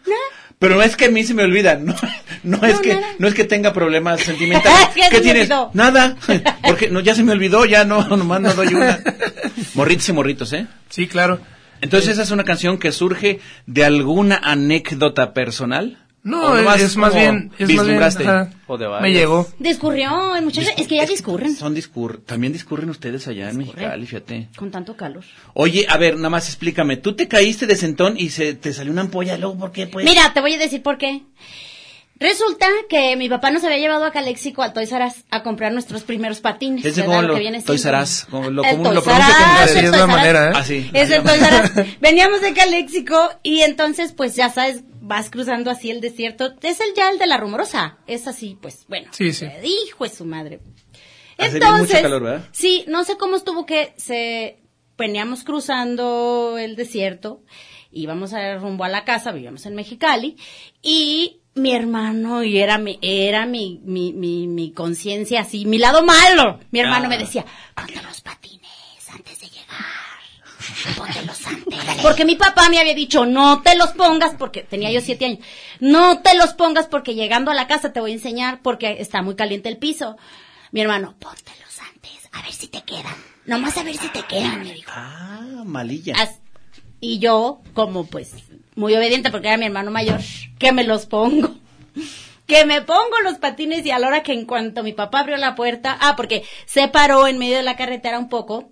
[SPEAKER 2] Pero es que a mí se me olvida, no, no, es que no es que tenga problemas sentimentales.
[SPEAKER 12] Es que se
[SPEAKER 2] ¿Qué
[SPEAKER 12] me
[SPEAKER 2] tienes?
[SPEAKER 12] olvidó.
[SPEAKER 2] Nada. Porque no ya se me olvidó, ya no nomás no doy una. Morritos y morritos, ¿eh?
[SPEAKER 5] Sí, claro.
[SPEAKER 2] Entonces esa es una canción que surge de alguna anécdota personal?
[SPEAKER 5] No,
[SPEAKER 2] ¿O
[SPEAKER 5] es-
[SPEAKER 2] nomás
[SPEAKER 5] es más
[SPEAKER 2] como
[SPEAKER 5] bien- es más bien,
[SPEAKER 2] vislumbraste?
[SPEAKER 5] ajá.
[SPEAKER 2] O de
[SPEAKER 5] Me
[SPEAKER 2] varias.
[SPEAKER 5] llegó.
[SPEAKER 12] Discurrió, el muchacho, es que ya discurren
[SPEAKER 2] Son discur también discurren ustedes allá en Mexicali, fíjate.
[SPEAKER 12] con tanto calor.
[SPEAKER 2] Oye, a ver, nada más explícame, tú te caíste de sentón y se te salió una ampolla, luego ¿por qué pues?
[SPEAKER 12] Mira, te voy a decir por qué. Resulta que mi papá nos había llevado a Calexico a Toys R Us a comprar nuestros primeros patines.
[SPEAKER 2] Ese
[SPEAKER 12] ¿verdad?
[SPEAKER 2] como
[SPEAKER 12] Lo
[SPEAKER 2] lo,
[SPEAKER 12] que viene
[SPEAKER 2] Toys
[SPEAKER 12] siendo.
[SPEAKER 2] R Us, como lo,
[SPEAKER 12] El
[SPEAKER 2] como lo
[SPEAKER 12] Toys
[SPEAKER 2] pronuncia
[SPEAKER 12] R Us,
[SPEAKER 2] como
[SPEAKER 12] el
[SPEAKER 2] ustedes.
[SPEAKER 12] Toys R Us.
[SPEAKER 2] Así.
[SPEAKER 12] Es el Toys R Us. Veníamos de Caléxico y entonces, pues ya sabes, vas cruzando así el desierto. Es el ya el de la rumorosa. Es así, pues bueno.
[SPEAKER 2] Sí, sí.
[SPEAKER 12] Hijo de su madre.
[SPEAKER 2] Hace bien
[SPEAKER 12] Entonces,
[SPEAKER 2] mucho calor, ¿verdad?
[SPEAKER 12] sí, no sé cómo estuvo que se veníamos cruzando el desierto, íbamos a rumbo a la casa, vivíamos en Mexicali, y mi hermano, y era mi, era mi, mi, mi, mi conciencia así, mi lado malo, mi hermano
[SPEAKER 13] Ah.
[SPEAKER 12] me decía, Porque mi papá me había dicho, no te los pongas, porque tenía yo siete años, no te los pongas porque llegando a la casa te voy a enseñar porque está muy caliente el piso. Mi hermano, póntelos antes, a ver si te quedan. Nomás a ver si te quedan, me dijo.
[SPEAKER 2] Ah, malilla.
[SPEAKER 12] As- Y yo, como pues, muy obediente porque era mi hermano mayor, que me los pongo. Que me pongo los patines y a la hora que en cuanto mi papá abrió la puerta, ah, porque se paró en medio de la carretera un poco,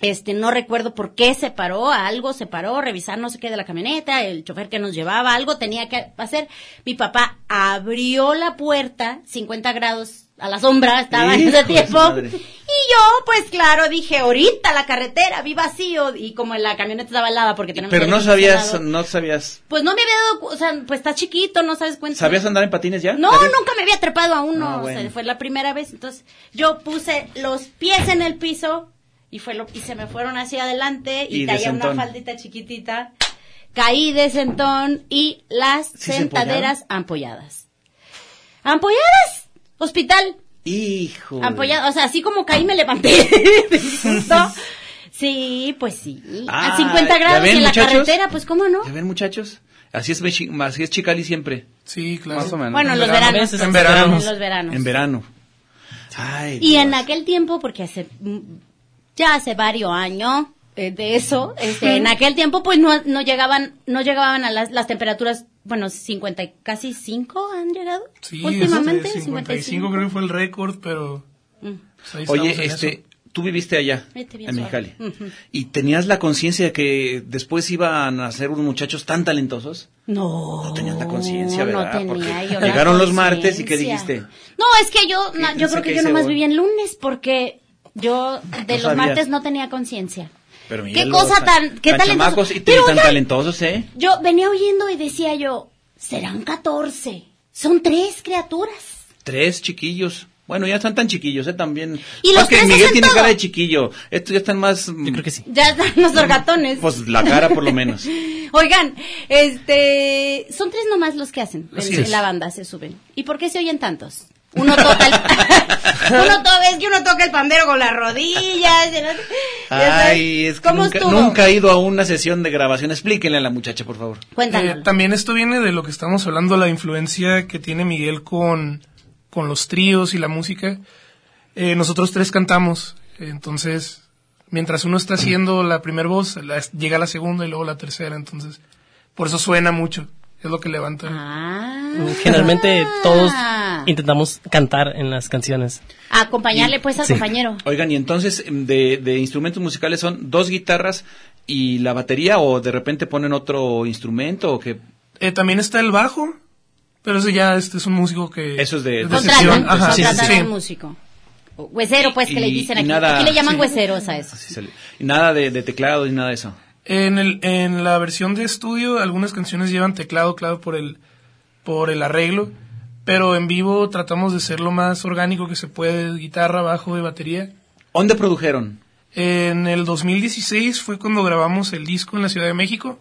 [SPEAKER 12] este, no recuerdo por qué se paró, a algo se paró, revisar no sé qué de la camioneta, el chofer que nos llevaba, algo tenía que hacer. Mi papá abrió la puerta, 50 grados a la sombra estaba en ese
[SPEAKER 13] Hijo de su
[SPEAKER 12] tiempo.
[SPEAKER 13] madre.
[SPEAKER 12] Y yo, pues claro, dije, ahorita la carretera, vi vacío, y como la camioneta estaba helada porque tenemos
[SPEAKER 2] Pero
[SPEAKER 12] el
[SPEAKER 2] no
[SPEAKER 12] edificio
[SPEAKER 2] sabías,
[SPEAKER 12] helado.
[SPEAKER 2] no sabías.
[SPEAKER 12] Pues no me había dado, cu- o sea, pues está chiquito, no sabes cuánto.
[SPEAKER 2] ¿Sabías andar en patines ya?
[SPEAKER 12] No,
[SPEAKER 2] ¿Sabías?
[SPEAKER 12] nunca me había trepado a uno,
[SPEAKER 2] Ah,
[SPEAKER 12] o sea,
[SPEAKER 2] bueno.
[SPEAKER 12] fue la primera vez. Entonces, yo puse los pies en el piso y fue lo y se me fueron hacia adelante y,
[SPEAKER 13] Y de
[SPEAKER 12] traía una
[SPEAKER 13] sentón.
[SPEAKER 12] faldita chiquitita. Caí de sentón y las
[SPEAKER 13] ¿Sí se
[SPEAKER 12] sentaderas ampolladas. ¿Ampolladas? Hospital.
[SPEAKER 2] Hijo.
[SPEAKER 12] Ampolladas, o sea, así como caí me levanté. de susto. Sí, pues sí.
[SPEAKER 2] Ah,
[SPEAKER 12] a 50
[SPEAKER 2] ¿ya
[SPEAKER 12] grados
[SPEAKER 2] ven,
[SPEAKER 12] en la
[SPEAKER 2] muchachos?
[SPEAKER 12] carretera, pues cómo no.
[SPEAKER 2] ¿Ya ven, muchachos? Así es, Mechi- así es Chicali siempre.
[SPEAKER 5] Sí, claro.
[SPEAKER 2] Más o menos.
[SPEAKER 12] Bueno, en los veranos. veranos.
[SPEAKER 2] En verano.
[SPEAKER 12] En los veranos.
[SPEAKER 2] En verano. Ay,
[SPEAKER 12] Y en aquel tiempo, porque hace mm, ya hace varios años eh, de eso, este, en aquel tiempo pues no, no llegaban no llegaban a las, las temperaturas, bueno, 50 y casi 5 han llegado
[SPEAKER 5] Sí,
[SPEAKER 12] últimamente,
[SPEAKER 5] este, 55 creo que fue el récord, pero... pues, ahí
[SPEAKER 2] Oye,
[SPEAKER 5] estamos en
[SPEAKER 2] este,
[SPEAKER 5] eso.
[SPEAKER 2] tú viviste allá,
[SPEAKER 12] Vete bien
[SPEAKER 2] en
[SPEAKER 12] suave.
[SPEAKER 2] Mexicali,
[SPEAKER 12] Ujú.
[SPEAKER 2] y tenías la conciencia de que después iban a ser unos muchachos tan talentosos.
[SPEAKER 12] No. No
[SPEAKER 2] tenías la conciencia,
[SPEAKER 12] no
[SPEAKER 2] ¿verdad?
[SPEAKER 12] tenía yo la
[SPEAKER 2] llegaron los martes y ¿qué
[SPEAKER 12] conciencia.
[SPEAKER 2] dijiste?
[SPEAKER 12] No, es que yo, na- yo
[SPEAKER 2] Fíjense
[SPEAKER 12] creo que
[SPEAKER 2] que
[SPEAKER 12] yo
[SPEAKER 2] ese
[SPEAKER 12] nomás
[SPEAKER 2] hoy-
[SPEAKER 12] vivía en lunes porque yo de los
[SPEAKER 2] sabías.
[SPEAKER 12] martes no tenía conciencia.
[SPEAKER 2] Pero
[SPEAKER 12] ¿Qué
[SPEAKER 2] míralos,
[SPEAKER 12] cosa tan- qué talentoso?
[SPEAKER 2] chamacos y
[SPEAKER 12] Pero,
[SPEAKER 2] tan
[SPEAKER 12] oigan,
[SPEAKER 2] talentosos, ¿eh?
[SPEAKER 12] Yo venía oyendo y decía yo, serán 14. Son tres criaturas.
[SPEAKER 2] Tres chiquillos. Bueno, ya están tan chiquillos, ¿eh? También.
[SPEAKER 12] Y los
[SPEAKER 2] Porque
[SPEAKER 12] tres
[SPEAKER 2] Miguel
[SPEAKER 12] hacen
[SPEAKER 2] tiene
[SPEAKER 12] todo.
[SPEAKER 2] cara de chiquillo. Estos ya están más... Yo creo que sí.
[SPEAKER 12] Ya están los orgatones.
[SPEAKER 2] Pues la cara, por lo menos.
[SPEAKER 12] Oigan, este, son tres nomás los que hacen en,
[SPEAKER 2] Así
[SPEAKER 12] en
[SPEAKER 2] es.
[SPEAKER 12] la banda, se suben. ¿Y por qué se oyen tantos? Uno toca el, uno to- es que uno toca el pandero con las rodillas. el otro- ya sabes.
[SPEAKER 2] Ay, es que
[SPEAKER 12] ¿Cómo
[SPEAKER 2] nunca,
[SPEAKER 12] estuvo?
[SPEAKER 2] nunca he ido a una sesión de grabación. Explíquenle a la muchacha, por favor.
[SPEAKER 12] Cuéntanos.
[SPEAKER 5] Eh, también esto viene de lo que estamos hablando, la influencia que tiene Miguel con, con los tríos y la música. Eh, nosotros tres cantamos, entonces mientras uno está haciendo la primera voz, la- llega la segunda y luego la tercera, entonces por eso suena mucho, es lo que levanta.
[SPEAKER 6] Ah. Generalmente todos
[SPEAKER 12] Ah.
[SPEAKER 6] intentamos cantar en las canciones.
[SPEAKER 12] A acompañarle pues al
[SPEAKER 6] Sí.
[SPEAKER 12] compañero.
[SPEAKER 2] Oigan, y entonces, em, de, de instrumentos musicales son dos guitarras y la batería, o de repente ponen otro instrumento, o que...
[SPEAKER 5] Eh, también está el bajo, pero ese ya este es un músico que...
[SPEAKER 2] Eso es de... de
[SPEAKER 5] sesión.
[SPEAKER 12] Contratan,
[SPEAKER 5] Ajá, sí, sí,
[SPEAKER 12] contratan
[SPEAKER 5] sí.
[SPEAKER 12] al músico. O Huesero, pues, que
[SPEAKER 2] Y-
[SPEAKER 12] le dicen
[SPEAKER 2] y
[SPEAKER 12] aquí.
[SPEAKER 2] nada-
[SPEAKER 12] aquí le llaman
[SPEAKER 2] sí.
[SPEAKER 12] hueseros a eso.
[SPEAKER 2] sí sale. Y Nada de, de teclado y nada de eso.
[SPEAKER 5] En, el, en la versión de estudio, algunas canciones llevan teclado, claro, por el, por el arreglo, pero en vivo tratamos de ser lo más orgánico que se puede, guitarra, bajo y batería.
[SPEAKER 2] ¿Dónde produjeron?
[SPEAKER 5] En el 2016 fue cuando grabamos el disco en la Ciudad de México.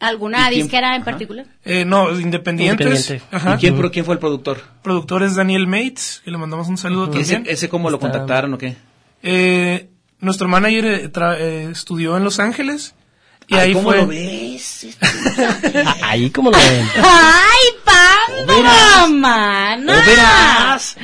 [SPEAKER 12] ¿Alguna
[SPEAKER 5] ¿Y quién-
[SPEAKER 12] disquera en particular?
[SPEAKER 5] Eh, no, independientes.
[SPEAKER 2] Independiente. ¿Y quién, pero quién fue el productor?
[SPEAKER 5] Productor es Daniel Mates, que le mandamos un saludo
[SPEAKER 2] ¿Ese-
[SPEAKER 5] también.
[SPEAKER 2] ese cómo lo Está- contactaron o qué?
[SPEAKER 5] Eh, nuestro manager eh, tra- eh, estudió en Los Ángeles y
[SPEAKER 2] Ay,
[SPEAKER 5] ahí
[SPEAKER 2] ¿cómo
[SPEAKER 5] fue.
[SPEAKER 2] lo
[SPEAKER 12] ves?
[SPEAKER 6] Ah, Ahí como lo ven.
[SPEAKER 12] ¡Ay, Pamba! ¡Mana!
[SPEAKER 2] ¿O verás?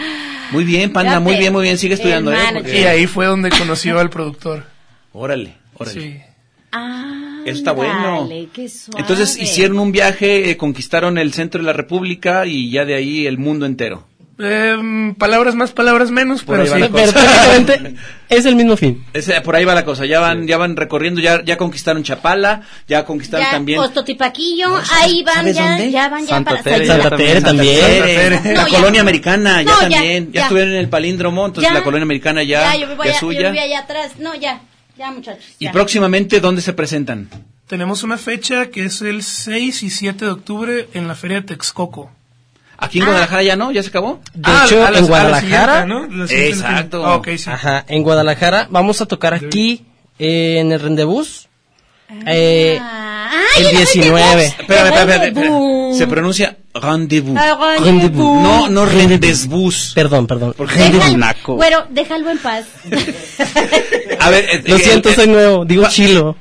[SPEAKER 2] Muy bien, Panda, muy
[SPEAKER 12] Fíjate,
[SPEAKER 2] bien, muy bien. Sigue
[SPEAKER 12] el
[SPEAKER 2] estudiando, ¿eh?
[SPEAKER 12] manager.
[SPEAKER 2] Porque-
[SPEAKER 5] Y ahí fue donde conoció al productor.
[SPEAKER 2] Órale, órale.
[SPEAKER 12] Ah,
[SPEAKER 2] Eso está bueno.
[SPEAKER 12] dale, qué suave.
[SPEAKER 2] Entonces hicieron un viaje, eh, conquistaron el centro de la República y ya de ahí el mundo entero.
[SPEAKER 5] Eh, palabras más, palabras menos,
[SPEAKER 2] Por
[SPEAKER 5] pero
[SPEAKER 2] ahí va
[SPEAKER 5] sí.
[SPEAKER 2] la cosa. Pero
[SPEAKER 6] prácticamente es el mismo fin.
[SPEAKER 2] Ese- por ahí va la cosa, ya van, ya van recorriendo, ya, ya conquistaron Chapala, ya conquistaron
[SPEAKER 12] Ya,
[SPEAKER 2] también
[SPEAKER 12] Ostotipaquillo, ahí van
[SPEAKER 2] ¿sabes
[SPEAKER 12] ya,
[SPEAKER 2] dónde?
[SPEAKER 12] ya van ya para
[SPEAKER 2] Santa Tere también.
[SPEAKER 6] Tere.
[SPEAKER 2] La
[SPEAKER 12] No, ya.
[SPEAKER 2] colonia americana, ya
[SPEAKER 12] No, ya,
[SPEAKER 2] también. Ya,
[SPEAKER 12] ya.
[SPEAKER 2] estuvieron en el palíndromo, entonces
[SPEAKER 12] Ya.
[SPEAKER 2] la colonia americana ya,
[SPEAKER 12] Ya, yo me voy
[SPEAKER 2] ya
[SPEAKER 12] a- yo
[SPEAKER 2] suya.
[SPEAKER 12] me voy allá atrás. No, ya, ya muchachos.
[SPEAKER 2] y
[SPEAKER 12] ya.
[SPEAKER 2] próximamente, ¿dónde se presentan?
[SPEAKER 5] Tenemos una fecha que es el 6 y 7 de octubre en la Feria de Texcoco.
[SPEAKER 2] Aquí en
[SPEAKER 12] Ah.
[SPEAKER 2] Guadalajara ya no, ya se acabó. Ah,
[SPEAKER 6] De
[SPEAKER 5] Ah,
[SPEAKER 6] hecho, en Guadalajara.
[SPEAKER 2] Exacto.
[SPEAKER 6] Ajá, en Guadalajara vamos a tocar aquí eh, en el rendezvous.
[SPEAKER 12] Ah.
[SPEAKER 6] Eh, el 19.
[SPEAKER 2] Espera, espera, espera, espera. Se pronuncia rendezvous.
[SPEAKER 12] Ah, rendezvous.
[SPEAKER 2] No, no rendezvous.
[SPEAKER 6] Perdón, perdón.
[SPEAKER 2] Porque
[SPEAKER 12] Déjalo-
[SPEAKER 2] rendezvous naco.
[SPEAKER 12] Bueno, déjalo en paz.
[SPEAKER 2] A ver, eh,
[SPEAKER 6] Lo
[SPEAKER 2] eh,
[SPEAKER 6] siento,
[SPEAKER 2] eh,
[SPEAKER 6] soy nuevo. Digo chilo.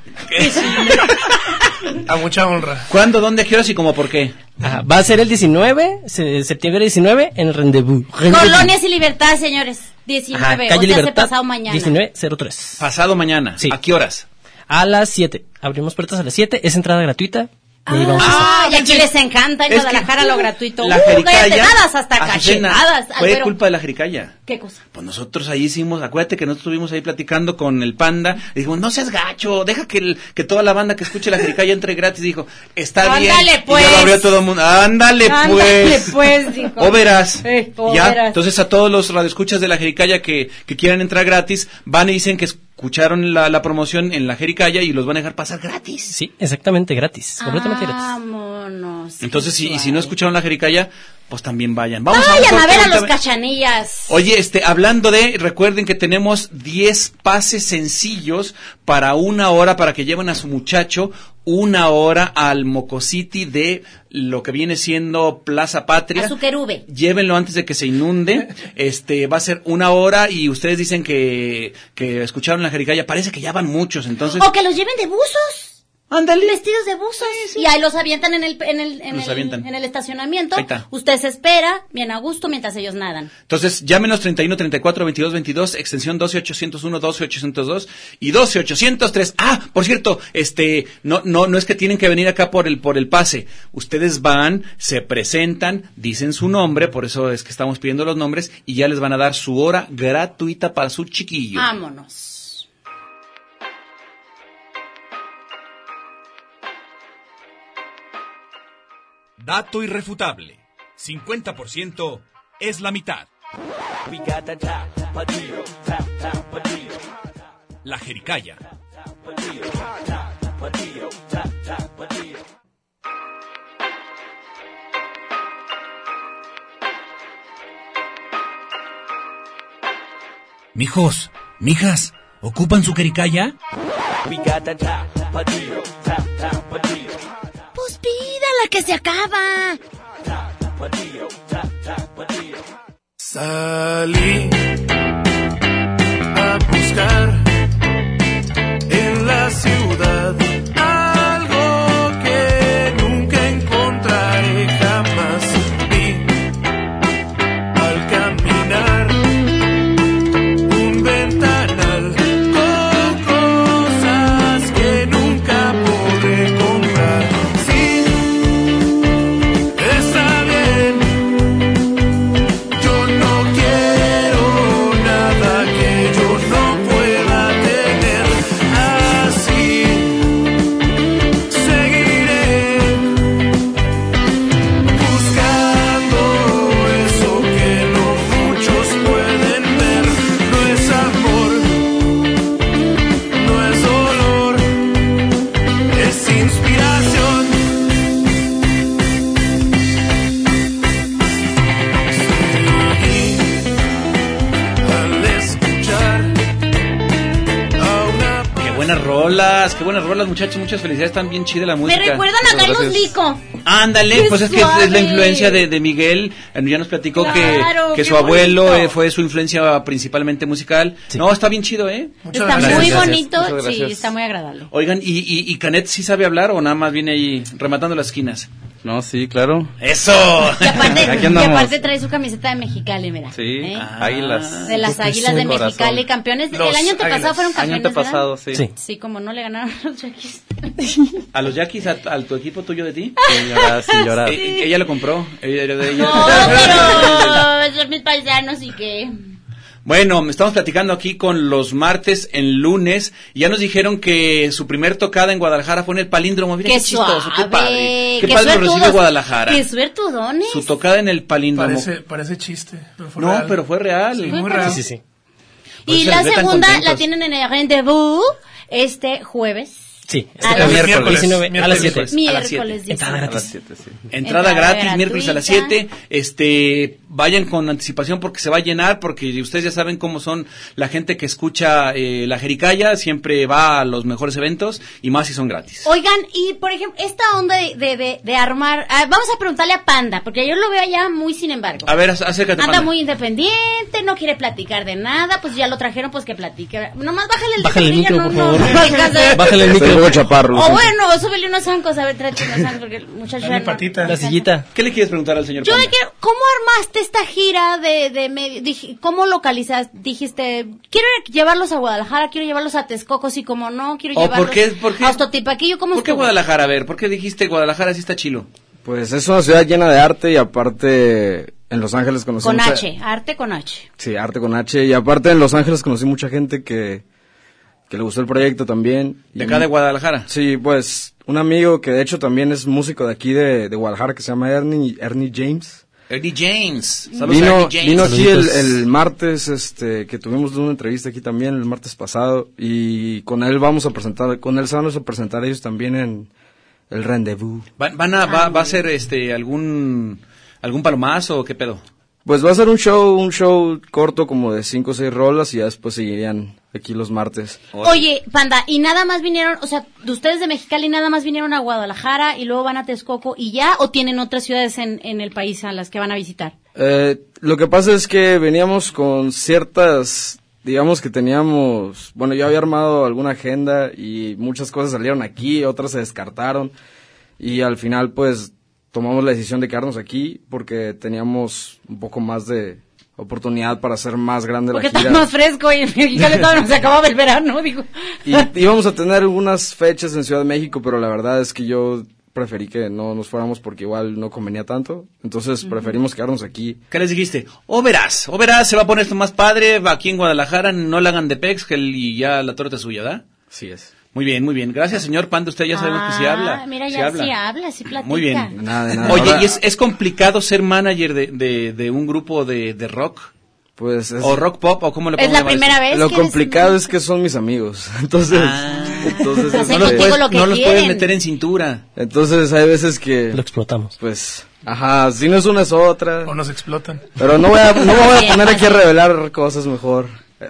[SPEAKER 5] A mucha honra.
[SPEAKER 2] ¿Cuándo, dónde, qué horas y cómo, por qué?
[SPEAKER 6] Ajá, Ah, va a ser el 19, se- septiembre 19, en el rendezvous.
[SPEAKER 12] Colonias y libertad, señores. 19,
[SPEAKER 6] Ajá,
[SPEAKER 12] o sea,
[SPEAKER 6] calle
[SPEAKER 12] se
[SPEAKER 6] Libertad,
[SPEAKER 12] pasado mañana.
[SPEAKER 6] 1903.
[SPEAKER 2] Pasado mañana. ¿A qué horas?
[SPEAKER 6] A las 7. Abrimos puertas a las 7. Es entrada gratuita. Y ahí vamos a estar.
[SPEAKER 12] Ah, y aquí les encanta en
[SPEAKER 2] Es que-
[SPEAKER 12] Guadalajara lo gratuito.
[SPEAKER 2] La
[SPEAKER 12] Uh,
[SPEAKER 2] jericaya.
[SPEAKER 12] galletadas hasta
[SPEAKER 2] Azucena,
[SPEAKER 12] cachetadas. al
[SPEAKER 2] Fue
[SPEAKER 12] güero.
[SPEAKER 2] culpa de la jericaya.
[SPEAKER 12] ¿Qué cosa?
[SPEAKER 2] Pues nosotros ahí hicimos, acuérdate que nosotros estuvimos ahí platicando con el panda, y dijimos, no seas gacho, deja que, el- que toda la banda que escuche la jericaya entre gratis, dijo, está bien.
[SPEAKER 12] Ándale, pues.
[SPEAKER 2] Y ya lo abrió todo el mundo, ándale,
[SPEAKER 12] Ándale,
[SPEAKER 2] pues.
[SPEAKER 12] pues, dijo.
[SPEAKER 2] O verás.
[SPEAKER 12] Eh, o
[SPEAKER 2] Ya,
[SPEAKER 12] verás.
[SPEAKER 2] entonces a todos los radioescuchas de la Jericaya que, que quieran entrar gratis, van y dicen que escucharon la, la promoción en la Jericaya y los van a dejar pasar gratis.
[SPEAKER 6] Sí, exactamente, gratis, completamente gratis.
[SPEAKER 12] Vámonos.
[SPEAKER 2] Entonces, si, y si no escucharon la Jericaya, pues también vayan. Vamos un
[SPEAKER 12] Vayan a
[SPEAKER 2] corte,
[SPEAKER 12] ver a
[SPEAKER 2] ahorita
[SPEAKER 12] los
[SPEAKER 2] ve-
[SPEAKER 12] cachanillas.
[SPEAKER 2] Oye, este, hablando de, recuerden que tenemos 10 pases sencillos para una hora, para que lleven a su muchacho una hora al Mocositi de lo que viene siendo Plaza Patria.
[SPEAKER 12] A su querube.
[SPEAKER 2] Llévenlo antes de que se inunde. Este va a ser una hora y ustedes dicen que, que escucharon la jericaya. Parece que ya van muchos, entonces.
[SPEAKER 12] O que los lleven de buzos.
[SPEAKER 2] Ándale.
[SPEAKER 12] Vestidos de buzos. Y ahí los avientan en el, en el, en
[SPEAKER 2] Los
[SPEAKER 12] el-
[SPEAKER 2] avientan.
[SPEAKER 12] en el estacionamiento.
[SPEAKER 2] Ahí está.
[SPEAKER 12] Usted se espera, bien a gusto, mientras ellos nadan.
[SPEAKER 2] Entonces, llámenos 31 34 22 22, extensión 12 801, 12 802 y 12 803. Ah, por cierto, este no no no es que tienen que venir acá por el por el pase. Ustedes van, se presentan, dicen su nombre, por eso es que estamos pidiendo los nombres y ya les van a dar su hora gratuita para su chiquillo.
[SPEAKER 12] Ah. Vámonos.
[SPEAKER 4] Dato irrefutable. 50% es la mitad. La jericaya.
[SPEAKER 13] Mijos, mijas, ¿ocupan su jericaya?
[SPEAKER 14] Pues pídala que se acaba.
[SPEAKER 11] Salí a buscar en la ciudad algo que nunca encontraré jamás. Vi al caminar un ventanal con cosas que nunca podré comprar. Sí, está bien. Yo no quiero nada que yo no pueda tener. Así seguiré buscando eso que no muchos pueden ver. No es amor, no es dolor, es inspiración. Seguí al escuchar a una
[SPEAKER 2] Qué buenas rolas, qué buenas rolas, muchachos, muchas felicidades, están bien chida la música.
[SPEAKER 12] Me recuerdan a
[SPEAKER 2] Muchas
[SPEAKER 12] Carlos
[SPEAKER 2] gracias.
[SPEAKER 12] Lico.
[SPEAKER 2] Ándale,
[SPEAKER 12] Qué
[SPEAKER 2] pues es que es la
[SPEAKER 12] suave.
[SPEAKER 2] influencia de, de Miguel. Eh, Ya nos platicó que-
[SPEAKER 12] Claro,
[SPEAKER 2] que,
[SPEAKER 12] qué
[SPEAKER 2] su abuelo
[SPEAKER 12] bonito.
[SPEAKER 2] eh, fue su influencia principalmente musical. No, está bien chido, ¿eh?
[SPEAKER 12] está
[SPEAKER 2] gracias.
[SPEAKER 12] muy
[SPEAKER 2] Gracias,
[SPEAKER 12] bonito,
[SPEAKER 2] muchas
[SPEAKER 12] sí,
[SPEAKER 2] gracias.
[SPEAKER 12] está muy agradable.
[SPEAKER 2] Oigan, ¿y, y, y Canet sí sabe hablar o nada más viene ahí rematando las esquinas?
[SPEAKER 7] No, sí, claro.
[SPEAKER 2] ¡Eso!
[SPEAKER 7] Aquí
[SPEAKER 12] Y
[SPEAKER 7] andamos.
[SPEAKER 12] aparte trae su camiseta de Mexicali, mira.
[SPEAKER 7] Sí,
[SPEAKER 12] ¿eh?
[SPEAKER 7] águilas.
[SPEAKER 12] De
[SPEAKER 2] Este
[SPEAKER 12] las Águilas de
[SPEAKER 7] Corazón.
[SPEAKER 12] Mexicali, campeones. el
[SPEAKER 7] Los
[SPEAKER 12] año antepasado
[SPEAKER 7] Águilas.
[SPEAKER 12] fueron
[SPEAKER 7] Año
[SPEAKER 12] campeones,
[SPEAKER 7] antepasado,
[SPEAKER 12] ¿verdad?
[SPEAKER 7] sí. Sí.
[SPEAKER 12] Sí, como no le ganaron a los Yankees.
[SPEAKER 2] ¿A los Yaquis, a, al tu equipo tuyo de ti?
[SPEAKER 7] Señora, señora.
[SPEAKER 2] Eh, ella lo compró. Ella era de ella.
[SPEAKER 12] No, pero son mis paisanos y que...
[SPEAKER 2] Bueno, estamos platicando aquí con los martes en lunes. y Ya nos dijeron que su primer tocada en Guadalajara fue en el Palíndromo. Mira qué,
[SPEAKER 12] Qué
[SPEAKER 2] chistoso, qué
[SPEAKER 12] suave,
[SPEAKER 2] padre. Qué,
[SPEAKER 12] qué
[SPEAKER 2] padre lo
[SPEAKER 12] suertudos.
[SPEAKER 2] recibe Guadalajara.
[SPEAKER 12] ¡Qué suertudones!
[SPEAKER 2] Su tocada en el Palíndromo.
[SPEAKER 5] Parece, parece chiste. pero fue
[SPEAKER 2] no,
[SPEAKER 5] real.
[SPEAKER 2] pero fue real.
[SPEAKER 5] Sí, muy real.
[SPEAKER 2] Sí, sí, sí. Por
[SPEAKER 12] Y
[SPEAKER 2] eso
[SPEAKER 12] la
[SPEAKER 2] les ve tan
[SPEAKER 12] segunda la
[SPEAKER 2] contentos.
[SPEAKER 12] tienen en el Rendezvous este jueves.
[SPEAKER 6] Sí,
[SPEAKER 12] A
[SPEAKER 6] este
[SPEAKER 12] las-
[SPEAKER 2] miércoles,
[SPEAKER 6] miércoles, 19, a las
[SPEAKER 2] miércoles,
[SPEAKER 6] 7.
[SPEAKER 2] a las
[SPEAKER 12] Miércoles,
[SPEAKER 2] 7.
[SPEAKER 12] dice.
[SPEAKER 7] A las siete, sí.
[SPEAKER 2] Entrada
[SPEAKER 12] Entrada
[SPEAKER 2] gratis,
[SPEAKER 12] gratuita.
[SPEAKER 2] miércoles a las 7. Este, vayan con anticipación porque se va a llenar, porque ustedes ya saben cómo son la gente que escucha eh, la Jericaya, siempre va a los mejores eventos y más si son gratis.
[SPEAKER 12] Oigan, y por ejemplo, esta onda de, de, de- de armar... ah, vamos a preguntarle a Panda, porque yo lo veo allá muy sin embargo.
[SPEAKER 2] A ver, ac- acércate.
[SPEAKER 12] Anda
[SPEAKER 2] Panda.
[SPEAKER 12] muy independiente, no quiere platicar de nada, pues ya lo trajeron, pues que platique. Nomás bájale el
[SPEAKER 6] Bájale el
[SPEAKER 12] micro,
[SPEAKER 6] micro,
[SPEAKER 12] no, no,
[SPEAKER 6] por favor.
[SPEAKER 12] no alcanza.
[SPEAKER 6] Bájale el
[SPEAKER 15] Soy
[SPEAKER 6] micro.
[SPEAKER 15] Hugo Chaparro.
[SPEAKER 12] O bueno, súbele unos zancos, a ver, tráete unos zancos, porque el muchacho ya no-
[SPEAKER 6] La sillita.
[SPEAKER 2] ¿Qué le quieres preguntar al señor
[SPEAKER 12] Yo le quiero, ¿cómo armaste esta gira de, de medio? Dij- ¿Cómo localizas? Dijiste, quiero llevarlos a Guadalajara, quiero llevarlos a Texcoco, sí, como no, quiero
[SPEAKER 2] ¿O por
[SPEAKER 12] llevarlos
[SPEAKER 2] qué- por qué-
[SPEAKER 12] a Ostotipaquillo, ¿cómo
[SPEAKER 2] ¿Por qué
[SPEAKER 12] estuvo?
[SPEAKER 2] Guadalajara? A ver, ¿por qué dijiste Guadalajara sí está chilo?
[SPEAKER 15] Pues es una ciudad llena de arte y aparte en Los Ángeles conocí
[SPEAKER 12] Con
[SPEAKER 15] mucha-
[SPEAKER 12] H, arte con H.
[SPEAKER 15] Sí, arte con H. Y aparte en Los Ángeles conocí mucha gente que, que le gustó el proyecto también.
[SPEAKER 2] ¿De acá de Guadalajara?
[SPEAKER 15] Sí, pues un amigo que de hecho también es músico de aquí de, de Guadalajara que se llama Ernie, Ernie James.
[SPEAKER 2] Ernie James. Saludos a
[SPEAKER 15] Vino,
[SPEAKER 2] Ernie James.
[SPEAKER 15] vino aquí el,
[SPEAKER 2] Saluditos.
[SPEAKER 15] el martes, este, que tuvimos una entrevista aquí también el martes pasado y con él vamos a presentar, con él se van a presentar ellos también en el rendezvous.
[SPEAKER 2] ¿Van, van a, va, va a ser este, algún, algún palomazo o qué pedo?
[SPEAKER 15] Pues va a ser un show, un show corto como de cinco o seis rolas y ya después seguirían aquí los martes.
[SPEAKER 12] Oye, Panda, y nada más vinieron, o sea, de ustedes de Mexicali nada más vinieron a Guadalajara y luego van a Texcoco y ya, o tienen otras ciudades en, en el país a las que van a visitar?
[SPEAKER 15] Eh, lo que pasa es que veníamos con ciertas digamos que teníamos, bueno, yo había armado alguna agenda y muchas cosas salieron aquí, otras se descartaron y al final pues tomamos la decisión de quedarnos aquí porque teníamos un poco más de oportunidad para hacer más grande
[SPEAKER 12] Porque
[SPEAKER 15] la
[SPEAKER 12] está
[SPEAKER 15] gira.
[SPEAKER 12] más fresco y en Mexicali todavía no se acababa el verano, digo.
[SPEAKER 15] Y íbamos a tener algunas fechas en Ciudad de México, pero la verdad es que yo preferí que no nos fuéramos porque igual no convenía tanto. Entonces preferimos quedarnos aquí.
[SPEAKER 2] ¿Qué les dijiste? O verás, o Oh, verás, se va a poner esto más padre, va aquí en Guadalajara, no la hagan de pex, que el- y ya la torta es suya, ¿da?
[SPEAKER 15] Sí es.
[SPEAKER 2] Muy bien, muy bien. Gracias, señor Panda, usted ya sabemos que sí
[SPEAKER 12] Ah,
[SPEAKER 2] habla.
[SPEAKER 12] Mira,
[SPEAKER 2] sí
[SPEAKER 12] ya
[SPEAKER 2] habla.
[SPEAKER 12] sí ah, habla, sí platica.
[SPEAKER 2] Muy bien.
[SPEAKER 15] Nada de nada.
[SPEAKER 2] Oye,
[SPEAKER 15] Ahora-
[SPEAKER 2] ¿y es, es complicado ser manager de, de- de un grupo de, de rock?
[SPEAKER 15] Pues es-
[SPEAKER 2] ¿O rock pop? ¿O cómo le
[SPEAKER 12] Es la primera vez
[SPEAKER 15] Lo
[SPEAKER 12] que eres
[SPEAKER 15] complicado es que son mis amigos. Entonces,
[SPEAKER 2] Ah.
[SPEAKER 15] entonces
[SPEAKER 12] Pues Hacen no los contigo puedes- lo que no los puedes quieren. meter
[SPEAKER 2] en cintura.
[SPEAKER 15] Entonces hay veces que lo
[SPEAKER 6] explotamos.
[SPEAKER 15] Pues, ajá, si no es una es otra.
[SPEAKER 5] O nos explotan.
[SPEAKER 15] Pero no voy a, no me voy a
[SPEAKER 5] Bien,
[SPEAKER 15] poner aquí a revelar cosas mejor. Eh,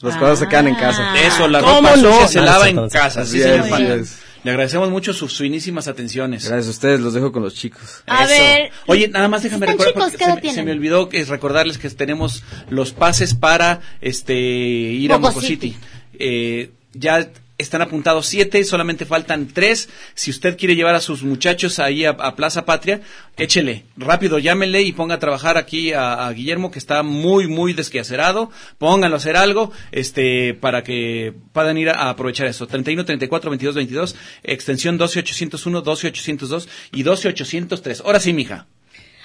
[SPEAKER 15] Las cosas se quedan en
[SPEAKER 12] Ah.
[SPEAKER 15] casa.
[SPEAKER 2] Ah. Eso, la
[SPEAKER 15] ¿Cómo
[SPEAKER 2] ropa
[SPEAKER 15] no?
[SPEAKER 2] sucia se
[SPEAKER 15] Ah,
[SPEAKER 2] lava
[SPEAKER 15] sí,
[SPEAKER 2] en
[SPEAKER 15] entonces.
[SPEAKER 2] casa. Sí,
[SPEAKER 15] Así
[SPEAKER 2] señor
[SPEAKER 15] es,
[SPEAKER 2] Panda.
[SPEAKER 15] así es.
[SPEAKER 2] Le agradecemos mucho sus finísimas atenciones.
[SPEAKER 15] Gracias a ustedes, los dejo con los chicos.
[SPEAKER 12] A
[SPEAKER 2] Eso.
[SPEAKER 12] ver.
[SPEAKER 2] Oye, nada más déjame
[SPEAKER 12] ¿Están
[SPEAKER 2] recordar.
[SPEAKER 12] chicos?
[SPEAKER 2] porque
[SPEAKER 12] ¿Qué
[SPEAKER 2] se,
[SPEAKER 12] edad
[SPEAKER 2] me-
[SPEAKER 12] tienen?
[SPEAKER 2] se me olvidó que es recordarles que tenemos los pases para este ir a
[SPEAKER 12] Moco
[SPEAKER 2] Moco City.
[SPEAKER 12] City.
[SPEAKER 2] Eh, ya están apuntados siete, solamente faltan tres. Si usted quiere llevar a sus muchachos ahí a, a Plaza Patria, échele. Rápido, llámenle y ponga a trabajar aquí a, a Guillermo, que está muy, muy desqueacerado. Pónganlo a hacer algo este para que puedan ir a, a aprovechar eso. 31, 34, 22, 22, extensión 12801, 12802 y 12803. Ahora sí, mija.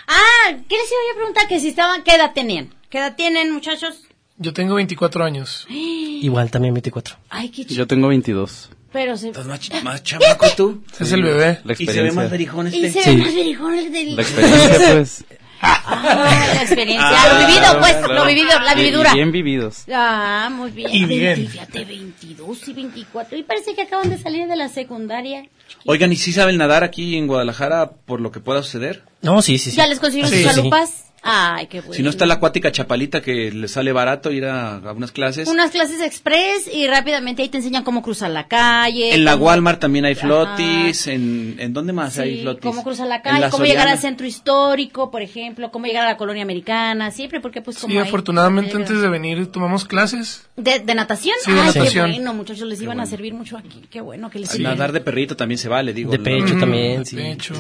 [SPEAKER 12] Ah, ¿qué les iba yo a preguntar? Que si estaban, ¿qué edad tenían? ¿Qué edad tienen, muchachos?
[SPEAKER 5] Yo tengo 24 años.
[SPEAKER 6] Igual también 24.
[SPEAKER 12] Ay, qué chido.
[SPEAKER 7] Yo tengo 22.
[SPEAKER 12] Pero se...
[SPEAKER 2] más, chamaco tú.
[SPEAKER 5] Es el bebé.
[SPEAKER 7] La
[SPEAKER 2] Y se ve más
[SPEAKER 7] experiencia.
[SPEAKER 2] verijón este.
[SPEAKER 12] Y se
[SPEAKER 7] Sí.
[SPEAKER 12] ve más verijón el del...
[SPEAKER 7] La experiencia, pues.
[SPEAKER 12] Ah, la experiencia.
[SPEAKER 7] Ah,
[SPEAKER 12] lo vivido,
[SPEAKER 7] claro,
[SPEAKER 12] pues,
[SPEAKER 7] claro.
[SPEAKER 12] lo vivido, la
[SPEAKER 7] Y- y
[SPEAKER 12] vividura.
[SPEAKER 7] bien vividos.
[SPEAKER 12] Ah, muy bien.
[SPEAKER 2] Y bien.
[SPEAKER 12] Fíjate, 22 y 24. Y parece que acaban de salir de la secundaria.
[SPEAKER 2] Oigan, ¿y si saben nadar aquí en Guadalajara por lo que pueda suceder?
[SPEAKER 6] No, sí, sí,
[SPEAKER 12] ¿Ya les consiguieron sus chalupas? Ay, qué bueno.
[SPEAKER 2] Si no está la acuática chapalita que le sale barato ir a, a unas clases.
[SPEAKER 12] Unas clases express y rápidamente ahí te enseñan cómo cruzar la calle.
[SPEAKER 2] En la
[SPEAKER 12] cómo-
[SPEAKER 2] Walmart también hay flotis. En, ¿En dónde más
[SPEAKER 12] sí,
[SPEAKER 2] hay flotis?
[SPEAKER 12] cómo cruzar la
[SPEAKER 2] En
[SPEAKER 12] calle, cómo
[SPEAKER 2] Soriana.
[SPEAKER 12] llegar al centro histórico, por ejemplo, cómo llegar a la colonia americana, siempre, porque pues como
[SPEAKER 5] Sí,
[SPEAKER 12] ahí-
[SPEAKER 5] afortunadamente antes de venir tomamos clases.
[SPEAKER 12] ¿De, de natación?
[SPEAKER 5] Sí, de
[SPEAKER 12] Ay,
[SPEAKER 5] natación.
[SPEAKER 12] qué bueno, muchachos, les iban a servir mucho aquí, qué bueno que les
[SPEAKER 2] Sí.
[SPEAKER 12] sirvieron.
[SPEAKER 2] Nadar de perrito también se vale, digo.
[SPEAKER 6] De pecho
[SPEAKER 2] Mm,
[SPEAKER 6] también,
[SPEAKER 2] de
[SPEAKER 6] sí.
[SPEAKER 2] pecho.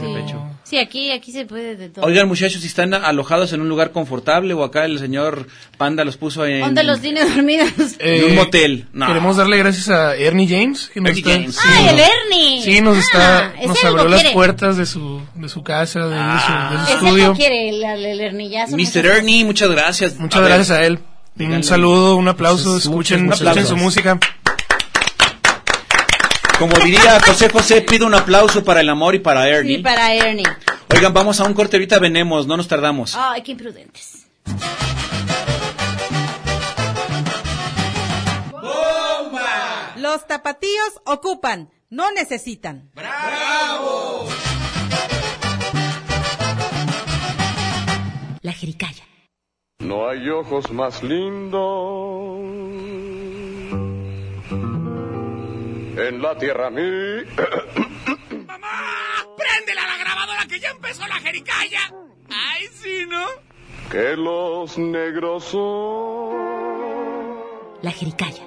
[SPEAKER 12] Sí, aquí, aquí se puede de todo.
[SPEAKER 2] Oigan, muchachos, si están alojados en un lugar confortable o acá el señor Panda los puso en,
[SPEAKER 12] ¿Dónde los tiene dormidos?
[SPEAKER 2] en un motel. No.
[SPEAKER 5] Eh, Queremos darle gracias a Ernie James. Que nos
[SPEAKER 2] Ernie
[SPEAKER 5] está-
[SPEAKER 2] James.
[SPEAKER 5] sí,
[SPEAKER 12] ¡Ay, el
[SPEAKER 5] nos-
[SPEAKER 12] Ernie!
[SPEAKER 5] Sí, nos,
[SPEAKER 12] Ah,
[SPEAKER 5] está,
[SPEAKER 12] ese
[SPEAKER 5] nos
[SPEAKER 12] algo
[SPEAKER 5] abrió las
[SPEAKER 12] quiere.
[SPEAKER 5] puertas de su, de su casa, de, de su, de su
[SPEAKER 12] Ese
[SPEAKER 5] estudio.
[SPEAKER 12] no quiere el, el hernillazo.
[SPEAKER 2] Mr. Ernie, muchas gracias.
[SPEAKER 5] Muchas gracias a él. Un saludo, un aplauso, escuchen,
[SPEAKER 2] muchos
[SPEAKER 5] escuchen su
[SPEAKER 2] aplausos.
[SPEAKER 5] música.
[SPEAKER 2] Como diría José José, pido un aplauso para el amor y para Ernie.
[SPEAKER 12] Sí, para Ernie.
[SPEAKER 2] Oigan, vamos a un corte, ahorita venemos, no nos tardamos.
[SPEAKER 12] Ay, qué imprudentes.
[SPEAKER 16] Los tapatíos ocupan, no necesitan.
[SPEAKER 17] La jericaya.
[SPEAKER 8] No hay ojos más lindos en la tierra mí.
[SPEAKER 11] ¡Préndela la grabadora que ya empezó la jericaya! ¡Ay, sí, no!
[SPEAKER 8] que los negros son.
[SPEAKER 17] La jericaya.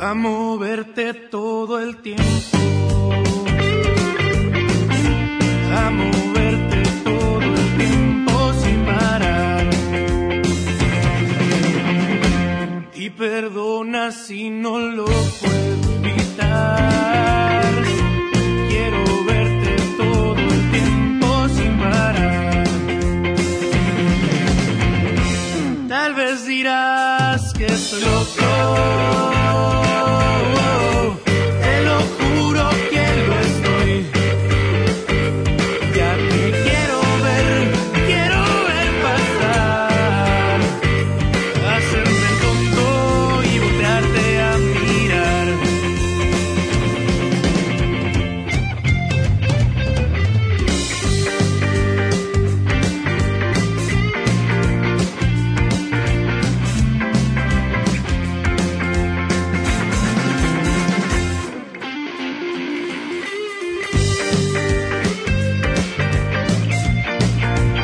[SPEAKER 11] a moverte todo el tiempo. A moverte todo el tiempo sin parar. Y perdona si no lo puedo evitar. Quiero verte todo el tiempo sin parar. Tal vez dirás que estoy loco. Te lo juro que lo estoy. Ya te quiero ver, quiero ver pasar. Hacerme el tonto.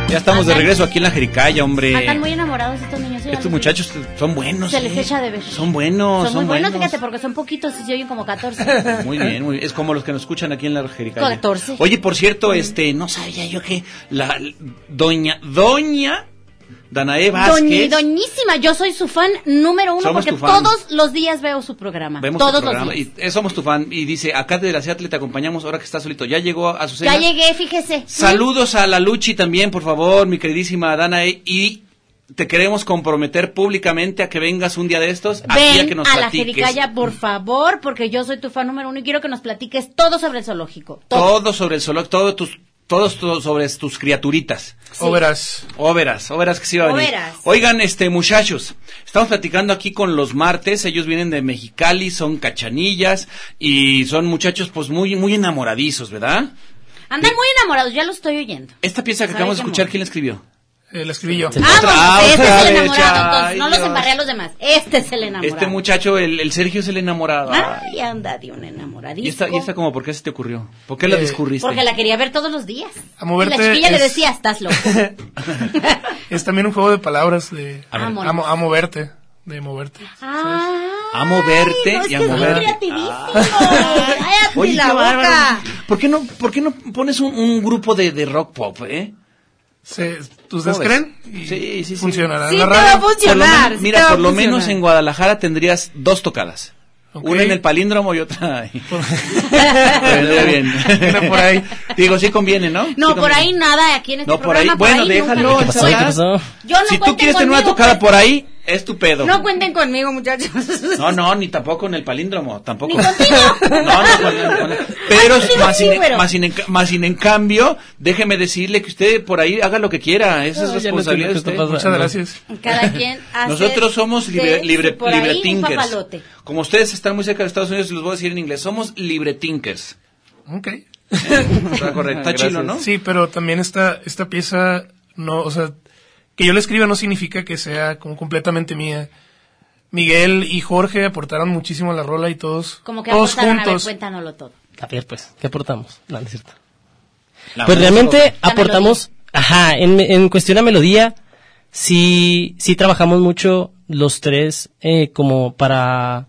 [SPEAKER 2] Ya estamos de
[SPEAKER 12] Andan-
[SPEAKER 2] regreso aquí en la Jericaya,
[SPEAKER 12] Andan muy
[SPEAKER 2] hombre.
[SPEAKER 12] enamorados estos niños. ¿sí?
[SPEAKER 2] Estos muchachos son buenos.
[SPEAKER 12] Se les
[SPEAKER 2] eh.
[SPEAKER 12] echa de ver.
[SPEAKER 2] Son buenos,
[SPEAKER 12] Son
[SPEAKER 2] son,
[SPEAKER 12] muy buenos,
[SPEAKER 2] buenos.
[SPEAKER 12] fíjate, porque son poquitos y se oyen como 14.
[SPEAKER 2] Muy bien, muy bien. Es como los que nos escuchan aquí en la Jericaya.
[SPEAKER 12] 14.
[SPEAKER 2] Oye, por cierto, este, no sabía yo que la doña, doña Danae
[SPEAKER 12] Doñi,
[SPEAKER 2] Vázquez.
[SPEAKER 12] doñísima, yo soy su fan número uno
[SPEAKER 2] Somos
[SPEAKER 12] porque
[SPEAKER 2] tu fan.
[SPEAKER 12] todos los días veo su programa.
[SPEAKER 2] Vemos
[SPEAKER 12] todos
[SPEAKER 2] tu programa
[SPEAKER 12] los días.
[SPEAKER 2] y eh, somos tu fan y dice, acá de la Seattle te acompañamos ahora que estás solito. Ya llegó a su
[SPEAKER 12] Ya llegué, fíjese.
[SPEAKER 2] Saludos a la Luchi también, por favor, mi queridísima Danae y te queremos comprometer públicamente a que vengas un día de estos aquí
[SPEAKER 12] Ven
[SPEAKER 2] a que nos
[SPEAKER 12] a la
[SPEAKER 2] platiques
[SPEAKER 12] Jericaya, por favor, porque yo soy tu fan número uno y quiero que nos platiques todo sobre el zoológico. Todo.
[SPEAKER 2] todo sobre el solo, todo tus todos tu- sobre tus criaturitas.
[SPEAKER 5] Óveras.
[SPEAKER 2] Óveras, óveras que sí va a venir.
[SPEAKER 12] Óveras.
[SPEAKER 2] Oigan, este muchachos, estamos platicando aquí con los martes, ellos vienen de Mexicali, son cachanillas y son muchachos pues muy muy enamoradizos, ¿verdad?
[SPEAKER 12] Andan muy enamorados, ya lo estoy oyendo.
[SPEAKER 2] Esta pieza que
[SPEAKER 12] Ay,
[SPEAKER 2] acabamos
[SPEAKER 12] qué
[SPEAKER 2] de escuchar, ¿quién la escribió?
[SPEAKER 5] la escribí yo.
[SPEAKER 12] Ah, bueno,
[SPEAKER 2] Ah,
[SPEAKER 12] este es
[SPEAKER 2] otra
[SPEAKER 12] el
[SPEAKER 2] vez,
[SPEAKER 12] enamorado, entonces,
[SPEAKER 2] ay,
[SPEAKER 12] no los
[SPEAKER 2] Dios.
[SPEAKER 12] embarré a los demás. Este es el enamorado.
[SPEAKER 2] Este muchacho, el, el Sergio es el enamorado.
[SPEAKER 12] Ay, anda de un enamoradisco.
[SPEAKER 2] ¿Y esta, ¿Y esta como por qué se te ocurrió? ¿Por qué la
[SPEAKER 5] Eh,
[SPEAKER 2] discurriste?
[SPEAKER 12] Porque la quería ver todos los días.
[SPEAKER 5] A moverte
[SPEAKER 12] y la chiquilla le
[SPEAKER 5] es-
[SPEAKER 12] decía, estás loco.
[SPEAKER 5] Es también un juego de palabras de
[SPEAKER 2] A ver.
[SPEAKER 5] a, mo- a moverte, de moverte.
[SPEAKER 2] Amo verte
[SPEAKER 5] Ah. no, es
[SPEAKER 2] y
[SPEAKER 5] que
[SPEAKER 2] amo
[SPEAKER 5] sí,
[SPEAKER 2] verte. Ah.
[SPEAKER 12] creativísimo.
[SPEAKER 2] Cállate Oye,
[SPEAKER 12] la
[SPEAKER 2] qué bárbaro.
[SPEAKER 12] boca.
[SPEAKER 2] ¿Por qué no, por qué no pones un, un grupo de, de rock pop, eh?
[SPEAKER 5] Se,
[SPEAKER 2] ¿Cómo
[SPEAKER 5] ¿Tú ustedes
[SPEAKER 2] ves?
[SPEAKER 5] creen? Y
[SPEAKER 2] Sí, sí, sí.
[SPEAKER 5] Funcionará.
[SPEAKER 12] Sí,
[SPEAKER 5] en la
[SPEAKER 12] te va a
[SPEAKER 5] radio.
[SPEAKER 12] funcionar.
[SPEAKER 2] Por lo
[SPEAKER 12] Claro,
[SPEAKER 2] menos-
[SPEAKER 12] sí
[SPEAKER 2] mira,
[SPEAKER 12] te va a
[SPEAKER 2] por lo menos
[SPEAKER 12] funcionar.
[SPEAKER 2] en Guadalajara tendrías dos tocadas. Una en el palíndromo y otra ahí. Vendría bien. por ahí. Digo, sí conviene, ¿no?
[SPEAKER 12] No,
[SPEAKER 2] Sí
[SPEAKER 12] por
[SPEAKER 2] conviene.
[SPEAKER 12] ahí nada, aquí en este
[SPEAKER 2] No, por ahí.
[SPEAKER 12] programa.
[SPEAKER 2] Bueno,
[SPEAKER 12] nunca
[SPEAKER 2] déjalo.
[SPEAKER 12] me-
[SPEAKER 2] ¿Qué pasó? ¿Qué pasó?
[SPEAKER 12] Yo no
[SPEAKER 2] Si tú
[SPEAKER 12] cuenten
[SPEAKER 2] quieres tener una
[SPEAKER 12] conmigo,
[SPEAKER 2] tocada
[SPEAKER 12] pues.
[SPEAKER 2] por ahí, es tu pedo.
[SPEAKER 12] No cuenten conmigo, muchachos.
[SPEAKER 2] No, no, ni tampoco en el palíndromo, tampoco.
[SPEAKER 12] Ni contigo.
[SPEAKER 2] No, no, con- con- pero
[SPEAKER 12] Ah, contigo
[SPEAKER 2] más,
[SPEAKER 12] sí,
[SPEAKER 2] sin, en-
[SPEAKER 12] güero.
[SPEAKER 2] más, sin en, más sin en cambio, déjeme decirle que usted por ahí haga lo que quiera, esa es
[SPEAKER 5] Ah, ya no sé
[SPEAKER 2] responsabilidad de
[SPEAKER 5] lo que está
[SPEAKER 2] usted.
[SPEAKER 5] pasando. Muchas gracias.
[SPEAKER 12] Cada quien hace
[SPEAKER 2] Nosotros somos libre,
[SPEAKER 12] de
[SPEAKER 2] libre,
[SPEAKER 12] su por ahí
[SPEAKER 2] libre
[SPEAKER 12] un
[SPEAKER 2] thinkers.
[SPEAKER 12] papalote.
[SPEAKER 2] Como ustedes están muy cerca de Estados Unidos, les voy a decir en inglés, somos libre thinkers.
[SPEAKER 5] Ok. Eh,
[SPEAKER 2] Está correcto, está chilo, ¿no?
[SPEAKER 5] Sí, pero también esta, esta pieza, no, o sea, que yo la escriba no significa que sea como completamente mía. Miguel y Jorge aportaron muchísimo a la rola y todos,
[SPEAKER 12] Como que
[SPEAKER 5] todos
[SPEAKER 12] aportaron, a ver,
[SPEAKER 5] juntos.
[SPEAKER 12] cuéntanoslo todo.
[SPEAKER 6] A ver, pues, ¿qué aportamos? No, no es cierto.
[SPEAKER 2] La
[SPEAKER 6] pues
[SPEAKER 2] música.
[SPEAKER 6] realmente
[SPEAKER 12] La
[SPEAKER 6] aportamos, ajá, en, en cuestión a melodía, sí, sí trabajamos mucho los tres eh, como para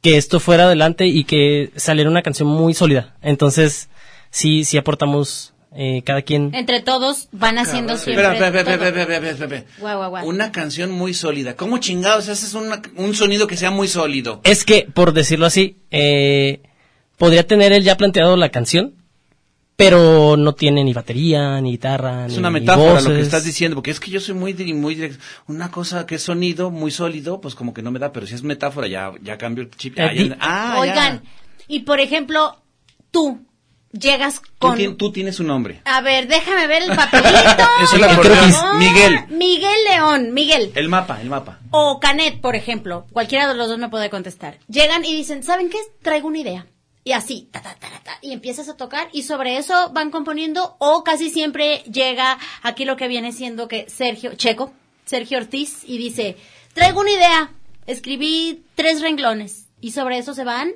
[SPEAKER 6] que esto fuera adelante y que saliera una canción muy sólida. Entonces, sí, sí aportamos eh, cada quien.
[SPEAKER 12] Entre todos van haciendo siempre
[SPEAKER 2] Espera, espera, espera,
[SPEAKER 12] todo.
[SPEAKER 2] espera, espera, espera, espera.
[SPEAKER 12] Guau, ¿eh? guau, guau.
[SPEAKER 2] Una canción muy sólida. ¿Cómo chingados haces una- un sonido que sea muy sólido?
[SPEAKER 6] Es que, por decirlo así, eh, podría tener él ya planteado la canción, pero no tiene ni batería, ni guitarra, ni
[SPEAKER 2] Es una metáfora lo que
[SPEAKER 6] voces.
[SPEAKER 2] estás diciendo, porque es que yo soy muy, di- muy directo. Una cosa que es sonido muy sólido, pues como que no me da, pero si es metáfora, ya, ya cambio el chip. Ah,
[SPEAKER 6] Eh,
[SPEAKER 2] ya-
[SPEAKER 6] di-
[SPEAKER 2] ah, ya.
[SPEAKER 12] Oigan, y por ejemplo, tú llegas
[SPEAKER 2] Tú,
[SPEAKER 12] con...
[SPEAKER 2] tien- tú tienes un nombre.
[SPEAKER 12] A ver, déjame ver el papelito.
[SPEAKER 7] Ah,
[SPEAKER 2] Es el
[SPEAKER 12] por
[SPEAKER 2] acordeón.
[SPEAKER 12] favor.
[SPEAKER 2] Miguel.
[SPEAKER 12] Miguel León, Miguel.
[SPEAKER 2] El mapa, el mapa.
[SPEAKER 12] O Canet, por ejemplo, cualquiera de los dos me puede contestar. Llegan y dicen, ¿saben qué? Traigo una idea. Y así, ta, ta, ta, ta, ta, y empiezas a tocar y sobre eso van componiendo o casi siempre llega aquí lo que viene siendo que Sergio, Checo, Sergio Ortiz y dice, traigo una idea, escribí tres renglones y sobre eso se van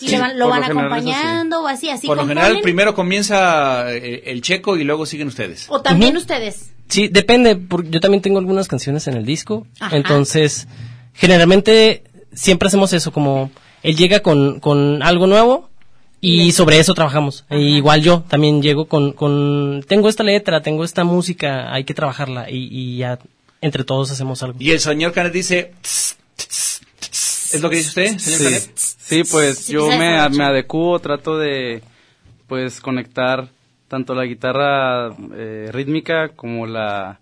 [SPEAKER 12] y
[SPEAKER 2] Sí,
[SPEAKER 12] le van- lo
[SPEAKER 2] por
[SPEAKER 12] van
[SPEAKER 2] lo general, eso sí.
[SPEAKER 12] acompañando o así, así
[SPEAKER 2] Por lo
[SPEAKER 12] componen.
[SPEAKER 2] general, primero comienza eh, el checo y luego siguen ustedes.
[SPEAKER 12] O también
[SPEAKER 6] Ujú.
[SPEAKER 12] ustedes.
[SPEAKER 6] Sí, depende. porque yo también tengo algunas canciones en el disco.
[SPEAKER 12] Ajá.
[SPEAKER 6] Entonces, generalmente siempre hacemos eso, como él llega con, con algo nuevo y sobre eso trabajamos. E igual yo también llego con, con, tengo esta letra, tengo esta música, hay que trabajarla y, y ya entre todos hacemos algo.
[SPEAKER 2] Y el señor Canet dice. "Tss, tss, tss". ¿Es lo que dice usted, señor
[SPEAKER 7] Sí,
[SPEAKER 2] Canet?
[SPEAKER 7] Sí, pues
[SPEAKER 2] Sí,
[SPEAKER 7] yo
[SPEAKER 2] quizás
[SPEAKER 7] me,
[SPEAKER 2] no.
[SPEAKER 7] me adecuo, trato de pues conectar tanto la guitarra eh, rítmica como la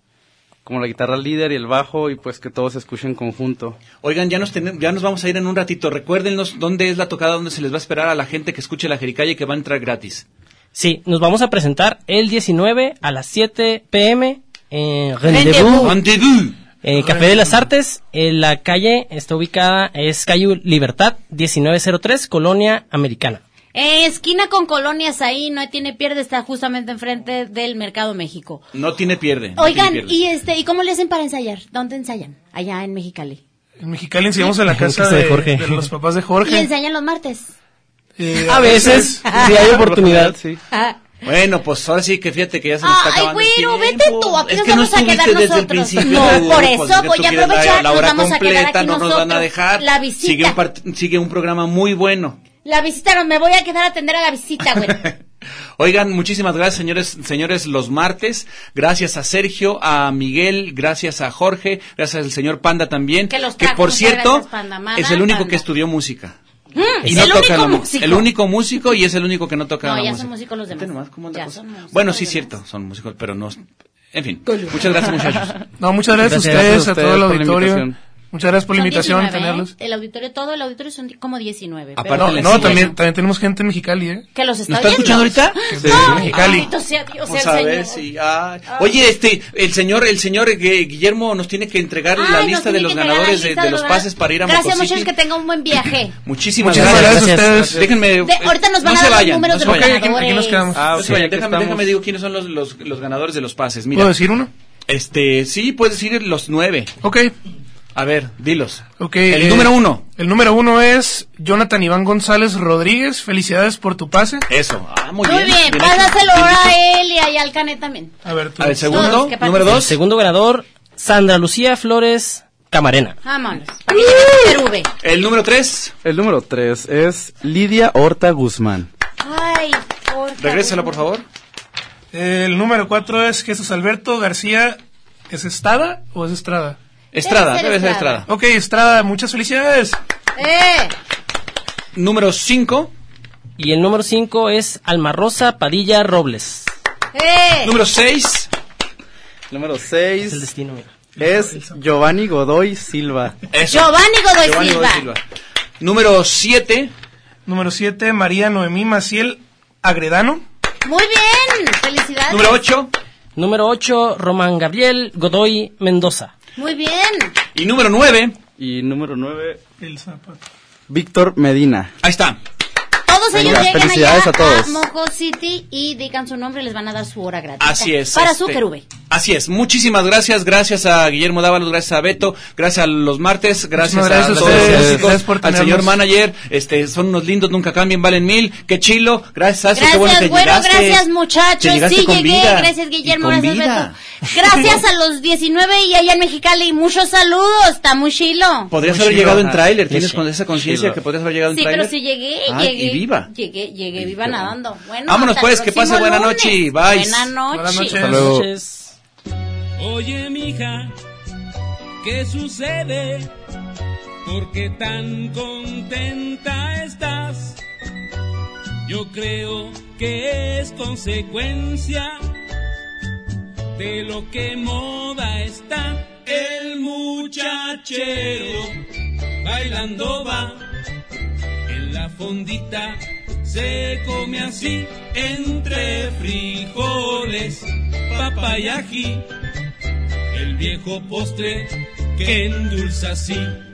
[SPEAKER 7] como la guitarra líder y el bajo y pues que todo se escuche en conjunto.
[SPEAKER 2] Oigan, ya nos, tenem- ya nos vamos a ir en un ratito. Recuérdenos dónde es la tocada, dónde se les va a esperar a la gente que escuche la jericaya y que va a entrar gratis.
[SPEAKER 6] Sí, nos vamos a presentar el 19 a las 7 pm en
[SPEAKER 2] Rendezvous.
[SPEAKER 6] Rendezvous. Eh, Café de las Artes, eh, la calle está ubicada, es calle Libertad 1903, Colonia Americana.
[SPEAKER 12] Eh, esquina con colonias ahí, no tiene pierde, está justamente enfrente del Mercado México.
[SPEAKER 2] No tiene pierde. no
[SPEAKER 12] Oigan,
[SPEAKER 2] tiene pierde.
[SPEAKER 12] y este, ¿y cómo le hacen para ensayar? ¿Dónde ensayan? Allá en Mexicali.
[SPEAKER 5] En Mexicali ensayamos en la
[SPEAKER 6] En casa
[SPEAKER 5] casa de,
[SPEAKER 6] de Jorge.
[SPEAKER 5] de los papás de
[SPEAKER 12] Y
[SPEAKER 5] Jorge.
[SPEAKER 12] ensayan los martes.
[SPEAKER 5] Eh,
[SPEAKER 6] A veces, si hay oportunidad.
[SPEAKER 7] Sí.
[SPEAKER 12] Ah,
[SPEAKER 2] Bueno, pues ahora sí que fíjate que ya se nos está
[SPEAKER 12] Ay,
[SPEAKER 2] acabando. el
[SPEAKER 12] güero,
[SPEAKER 2] tiempo.
[SPEAKER 12] vete tú, aquí
[SPEAKER 2] Es
[SPEAKER 12] nos
[SPEAKER 2] que no
[SPEAKER 12] vamos a
[SPEAKER 2] estuviste
[SPEAKER 12] quedar
[SPEAKER 2] desde el
[SPEAKER 12] nosotros.
[SPEAKER 2] principio,
[SPEAKER 12] No, por
[SPEAKER 2] pues, que tú
[SPEAKER 12] eso voy a
[SPEAKER 2] quieres la-
[SPEAKER 12] aprovechar,
[SPEAKER 2] la
[SPEAKER 12] nos
[SPEAKER 2] hora
[SPEAKER 12] vamos a quedar
[SPEAKER 2] completa,
[SPEAKER 12] aquí
[SPEAKER 2] no nos
[SPEAKER 12] nosotros.
[SPEAKER 2] van a dejar.
[SPEAKER 12] La
[SPEAKER 2] Sigue un,
[SPEAKER 12] visita,
[SPEAKER 2] part- sigue un programa muy bueno.
[SPEAKER 12] la visita, no me voy a quedar a atender a la visita, güey.
[SPEAKER 2] Oigan, muchísimas gracias, señores, señores, los martes. Gracias a Sergio, a Miguel, gracias a Jorge, gracias al señor Panda también. Que,
[SPEAKER 12] los trajo,
[SPEAKER 2] por
[SPEAKER 12] muchas
[SPEAKER 2] cierto,
[SPEAKER 12] gracias, Panda Amada,
[SPEAKER 2] es el único
[SPEAKER 12] Panda.
[SPEAKER 2] que estudió música.
[SPEAKER 12] Mm,
[SPEAKER 2] Y
[SPEAKER 12] es
[SPEAKER 2] no
[SPEAKER 12] el
[SPEAKER 2] toca la
[SPEAKER 12] único
[SPEAKER 2] mu-
[SPEAKER 12] músico.
[SPEAKER 2] El único músico y es el único que no toca
[SPEAKER 12] No,
[SPEAKER 2] la
[SPEAKER 12] ya
[SPEAKER 2] música.
[SPEAKER 12] son músicos los demás. ya son músicos.
[SPEAKER 2] Bueno, sí, cierto, son músicos, pero no. En fin, muchas gracias, muchachos.
[SPEAKER 5] No, muchas gracias, a ustedes, a todo el auditorio. Muchas gracias por la
[SPEAKER 12] Son
[SPEAKER 5] invitación,
[SPEAKER 12] 19, ¿eh?
[SPEAKER 5] tenerlos.
[SPEAKER 12] El auditorio, todo el auditorio son di- como 19.
[SPEAKER 2] Ah,
[SPEAKER 12] pero
[SPEAKER 5] Aparte, no,
[SPEAKER 12] bueno,
[SPEAKER 5] no, también, también tenemos gente en Mexicali, ¿eh?
[SPEAKER 12] Que los está
[SPEAKER 2] ¿Nos está escuchando ahorita?
[SPEAKER 5] Sí. Mexicali.
[SPEAKER 12] Bendito sea Dios,
[SPEAKER 2] Vamos
[SPEAKER 12] el
[SPEAKER 2] a
[SPEAKER 12] Señor.
[SPEAKER 2] ver si- ay. Oye, este, el señor, el señor eh, Guillermo nos tiene que entregar
[SPEAKER 12] Ay,
[SPEAKER 2] la
[SPEAKER 12] nos
[SPEAKER 2] lista
[SPEAKER 12] tiene
[SPEAKER 2] de los
[SPEAKER 12] que entregar la
[SPEAKER 2] ganadores de,
[SPEAKER 12] lista
[SPEAKER 2] de
[SPEAKER 12] de
[SPEAKER 2] los
[SPEAKER 12] verdad.
[SPEAKER 2] pases para ir a
[SPEAKER 12] Gracias,
[SPEAKER 2] Motocity.
[SPEAKER 12] muchachos, que tengan un buen viaje.
[SPEAKER 2] Muchísimas
[SPEAKER 5] Muchas
[SPEAKER 2] gracias.
[SPEAKER 5] gracias a ustedes.
[SPEAKER 2] Gracias. Déjenme.
[SPEAKER 12] De- ahorita nos van
[SPEAKER 2] no
[SPEAKER 12] a
[SPEAKER 2] se
[SPEAKER 12] dar los
[SPEAKER 2] vayan,
[SPEAKER 12] números
[SPEAKER 2] no
[SPEAKER 12] de
[SPEAKER 2] se
[SPEAKER 12] los
[SPEAKER 2] vayan.
[SPEAKER 12] ganadores. Aquí nos quedamos.
[SPEAKER 2] Ah,
[SPEAKER 5] Ah,
[SPEAKER 2] no se
[SPEAKER 5] ok,
[SPEAKER 2] vayan.
[SPEAKER 5] aquí
[SPEAKER 2] Déjame,
[SPEAKER 5] estamos.
[SPEAKER 2] déjame digo quiénes son los, los, los ganadores de los pases. Mira.
[SPEAKER 5] ¿Puedo decir uno?
[SPEAKER 2] Este, sí, puedes decir los nueve.
[SPEAKER 5] Ok.
[SPEAKER 2] A ver, dilos.
[SPEAKER 5] Ok,
[SPEAKER 2] El
[SPEAKER 5] eh,
[SPEAKER 2] número uno.
[SPEAKER 5] El número uno es Jonathan Iván González Rodríguez. Felicidades por tu pase.
[SPEAKER 2] Eso. Ah, muy
[SPEAKER 12] Muy bien, pásaselo ahora a él y ahí al Canet también.
[SPEAKER 5] A ver,
[SPEAKER 2] A ver, segundo,
[SPEAKER 12] Todos, que
[SPEAKER 2] número
[SPEAKER 6] El
[SPEAKER 2] dos.
[SPEAKER 6] segundo ganador, Sandra Lucía Flores Camarena.
[SPEAKER 12] Vámonos. Para que llegue el PRV.
[SPEAKER 2] El número 3.
[SPEAKER 7] El número 3 es Lidia Horta Guzmán.
[SPEAKER 12] Ay, por
[SPEAKER 2] Regrésala, por favor.
[SPEAKER 5] El número cuatro es Jesús Alberto García. ¿Es Estada o es Estrada?
[SPEAKER 2] Estrada, Debe ser debe ser Estrada. Estrada.
[SPEAKER 5] Ok, Estrada, muchas felicidades.
[SPEAKER 12] ¡Eh!
[SPEAKER 2] Número 5.
[SPEAKER 6] Y el número 5 es Alma Rosa Padilla Robles.
[SPEAKER 12] ¡Eh!
[SPEAKER 2] Número 6.
[SPEAKER 7] Número 6 es, Giovanni Godoy Silva.
[SPEAKER 2] Eso.
[SPEAKER 12] Giovanni Godoy
[SPEAKER 7] Giovanni
[SPEAKER 12] Silva.
[SPEAKER 7] Godoy Silva.
[SPEAKER 2] Número 7.
[SPEAKER 5] Número siete, María Noemí Maciel Agredano.
[SPEAKER 12] Muy bien, felicidades.
[SPEAKER 2] 8.
[SPEAKER 6] Número 8, Román Gabriel Godoy Mendoza.
[SPEAKER 12] Muy bien.
[SPEAKER 2] Y número 9.
[SPEAKER 7] Y número 9,
[SPEAKER 5] El zapato.
[SPEAKER 7] Víctor Medina.
[SPEAKER 2] Ahí está.
[SPEAKER 12] Todos
[SPEAKER 7] Venga,
[SPEAKER 12] ellos llegan
[SPEAKER 7] felicidades
[SPEAKER 12] allá
[SPEAKER 7] a todos.
[SPEAKER 12] Mojo City y digan su nombre y les van a dar su hora gratis.
[SPEAKER 2] Así es.
[SPEAKER 12] Para su
[SPEAKER 2] este,
[SPEAKER 12] querube.
[SPEAKER 2] Así es. Muchísimas gracias. Gracias a Guillermo Dávalos, gracias a Beto, gracias a los martes, gracias,
[SPEAKER 5] Muchísimas gracias
[SPEAKER 2] a
[SPEAKER 5] a
[SPEAKER 2] todos
[SPEAKER 5] ustedes.
[SPEAKER 2] los músicos,
[SPEAKER 5] Gracias por
[SPEAKER 2] al
[SPEAKER 5] tenernos.
[SPEAKER 2] señor manager. Este, son unos lindos, nunca cambien, valen mil. Qué chilo. Gracias a eso, Ah, qué
[SPEAKER 12] Gracias,
[SPEAKER 2] bueno que
[SPEAKER 12] güero,
[SPEAKER 2] llegaste.
[SPEAKER 12] gracias
[SPEAKER 2] Que
[SPEAKER 12] muchachos.
[SPEAKER 2] llegaste
[SPEAKER 12] Sí,
[SPEAKER 2] con
[SPEAKER 12] llegué.
[SPEAKER 2] vida.
[SPEAKER 12] Gracias, Guillermo.
[SPEAKER 2] Y con
[SPEAKER 12] Gracias,
[SPEAKER 2] vida.
[SPEAKER 12] Beto. Gracias a los 19 y allá en Mexicali. Muchos saludos. Está muy chilo.
[SPEAKER 2] Podrías
[SPEAKER 7] Muy
[SPEAKER 2] haber
[SPEAKER 7] chilo.
[SPEAKER 2] llegado en
[SPEAKER 7] Ah,
[SPEAKER 2] tráiler.
[SPEAKER 7] muy
[SPEAKER 2] Tienes
[SPEAKER 7] chilo.
[SPEAKER 2] con esa conciencia
[SPEAKER 7] Chilo.
[SPEAKER 2] que podrías haber llegado en
[SPEAKER 12] Sí,
[SPEAKER 2] tráiler.
[SPEAKER 12] pero sí llegué,
[SPEAKER 2] Ah,
[SPEAKER 12] llegué.
[SPEAKER 2] y viva.
[SPEAKER 12] Llegué, llegué viva nadando. Bueno,
[SPEAKER 2] Vámonos,
[SPEAKER 12] hasta
[SPEAKER 2] pues,
[SPEAKER 12] el
[SPEAKER 2] que
[SPEAKER 12] próximo
[SPEAKER 2] pase buena
[SPEAKER 12] lunes.
[SPEAKER 2] noche. Bye.
[SPEAKER 12] Buena noche.
[SPEAKER 2] Buenas noches.
[SPEAKER 11] Hasta
[SPEAKER 2] luego.
[SPEAKER 11] Oye, mija, ¿qué sucede? ¿Por qué tan contenta estás? Yo creo que es consecuencia de lo que moda está. El muchachero bailando va en la fondita. Se come así entre frijoles, papayají el viejo postre que endulza así.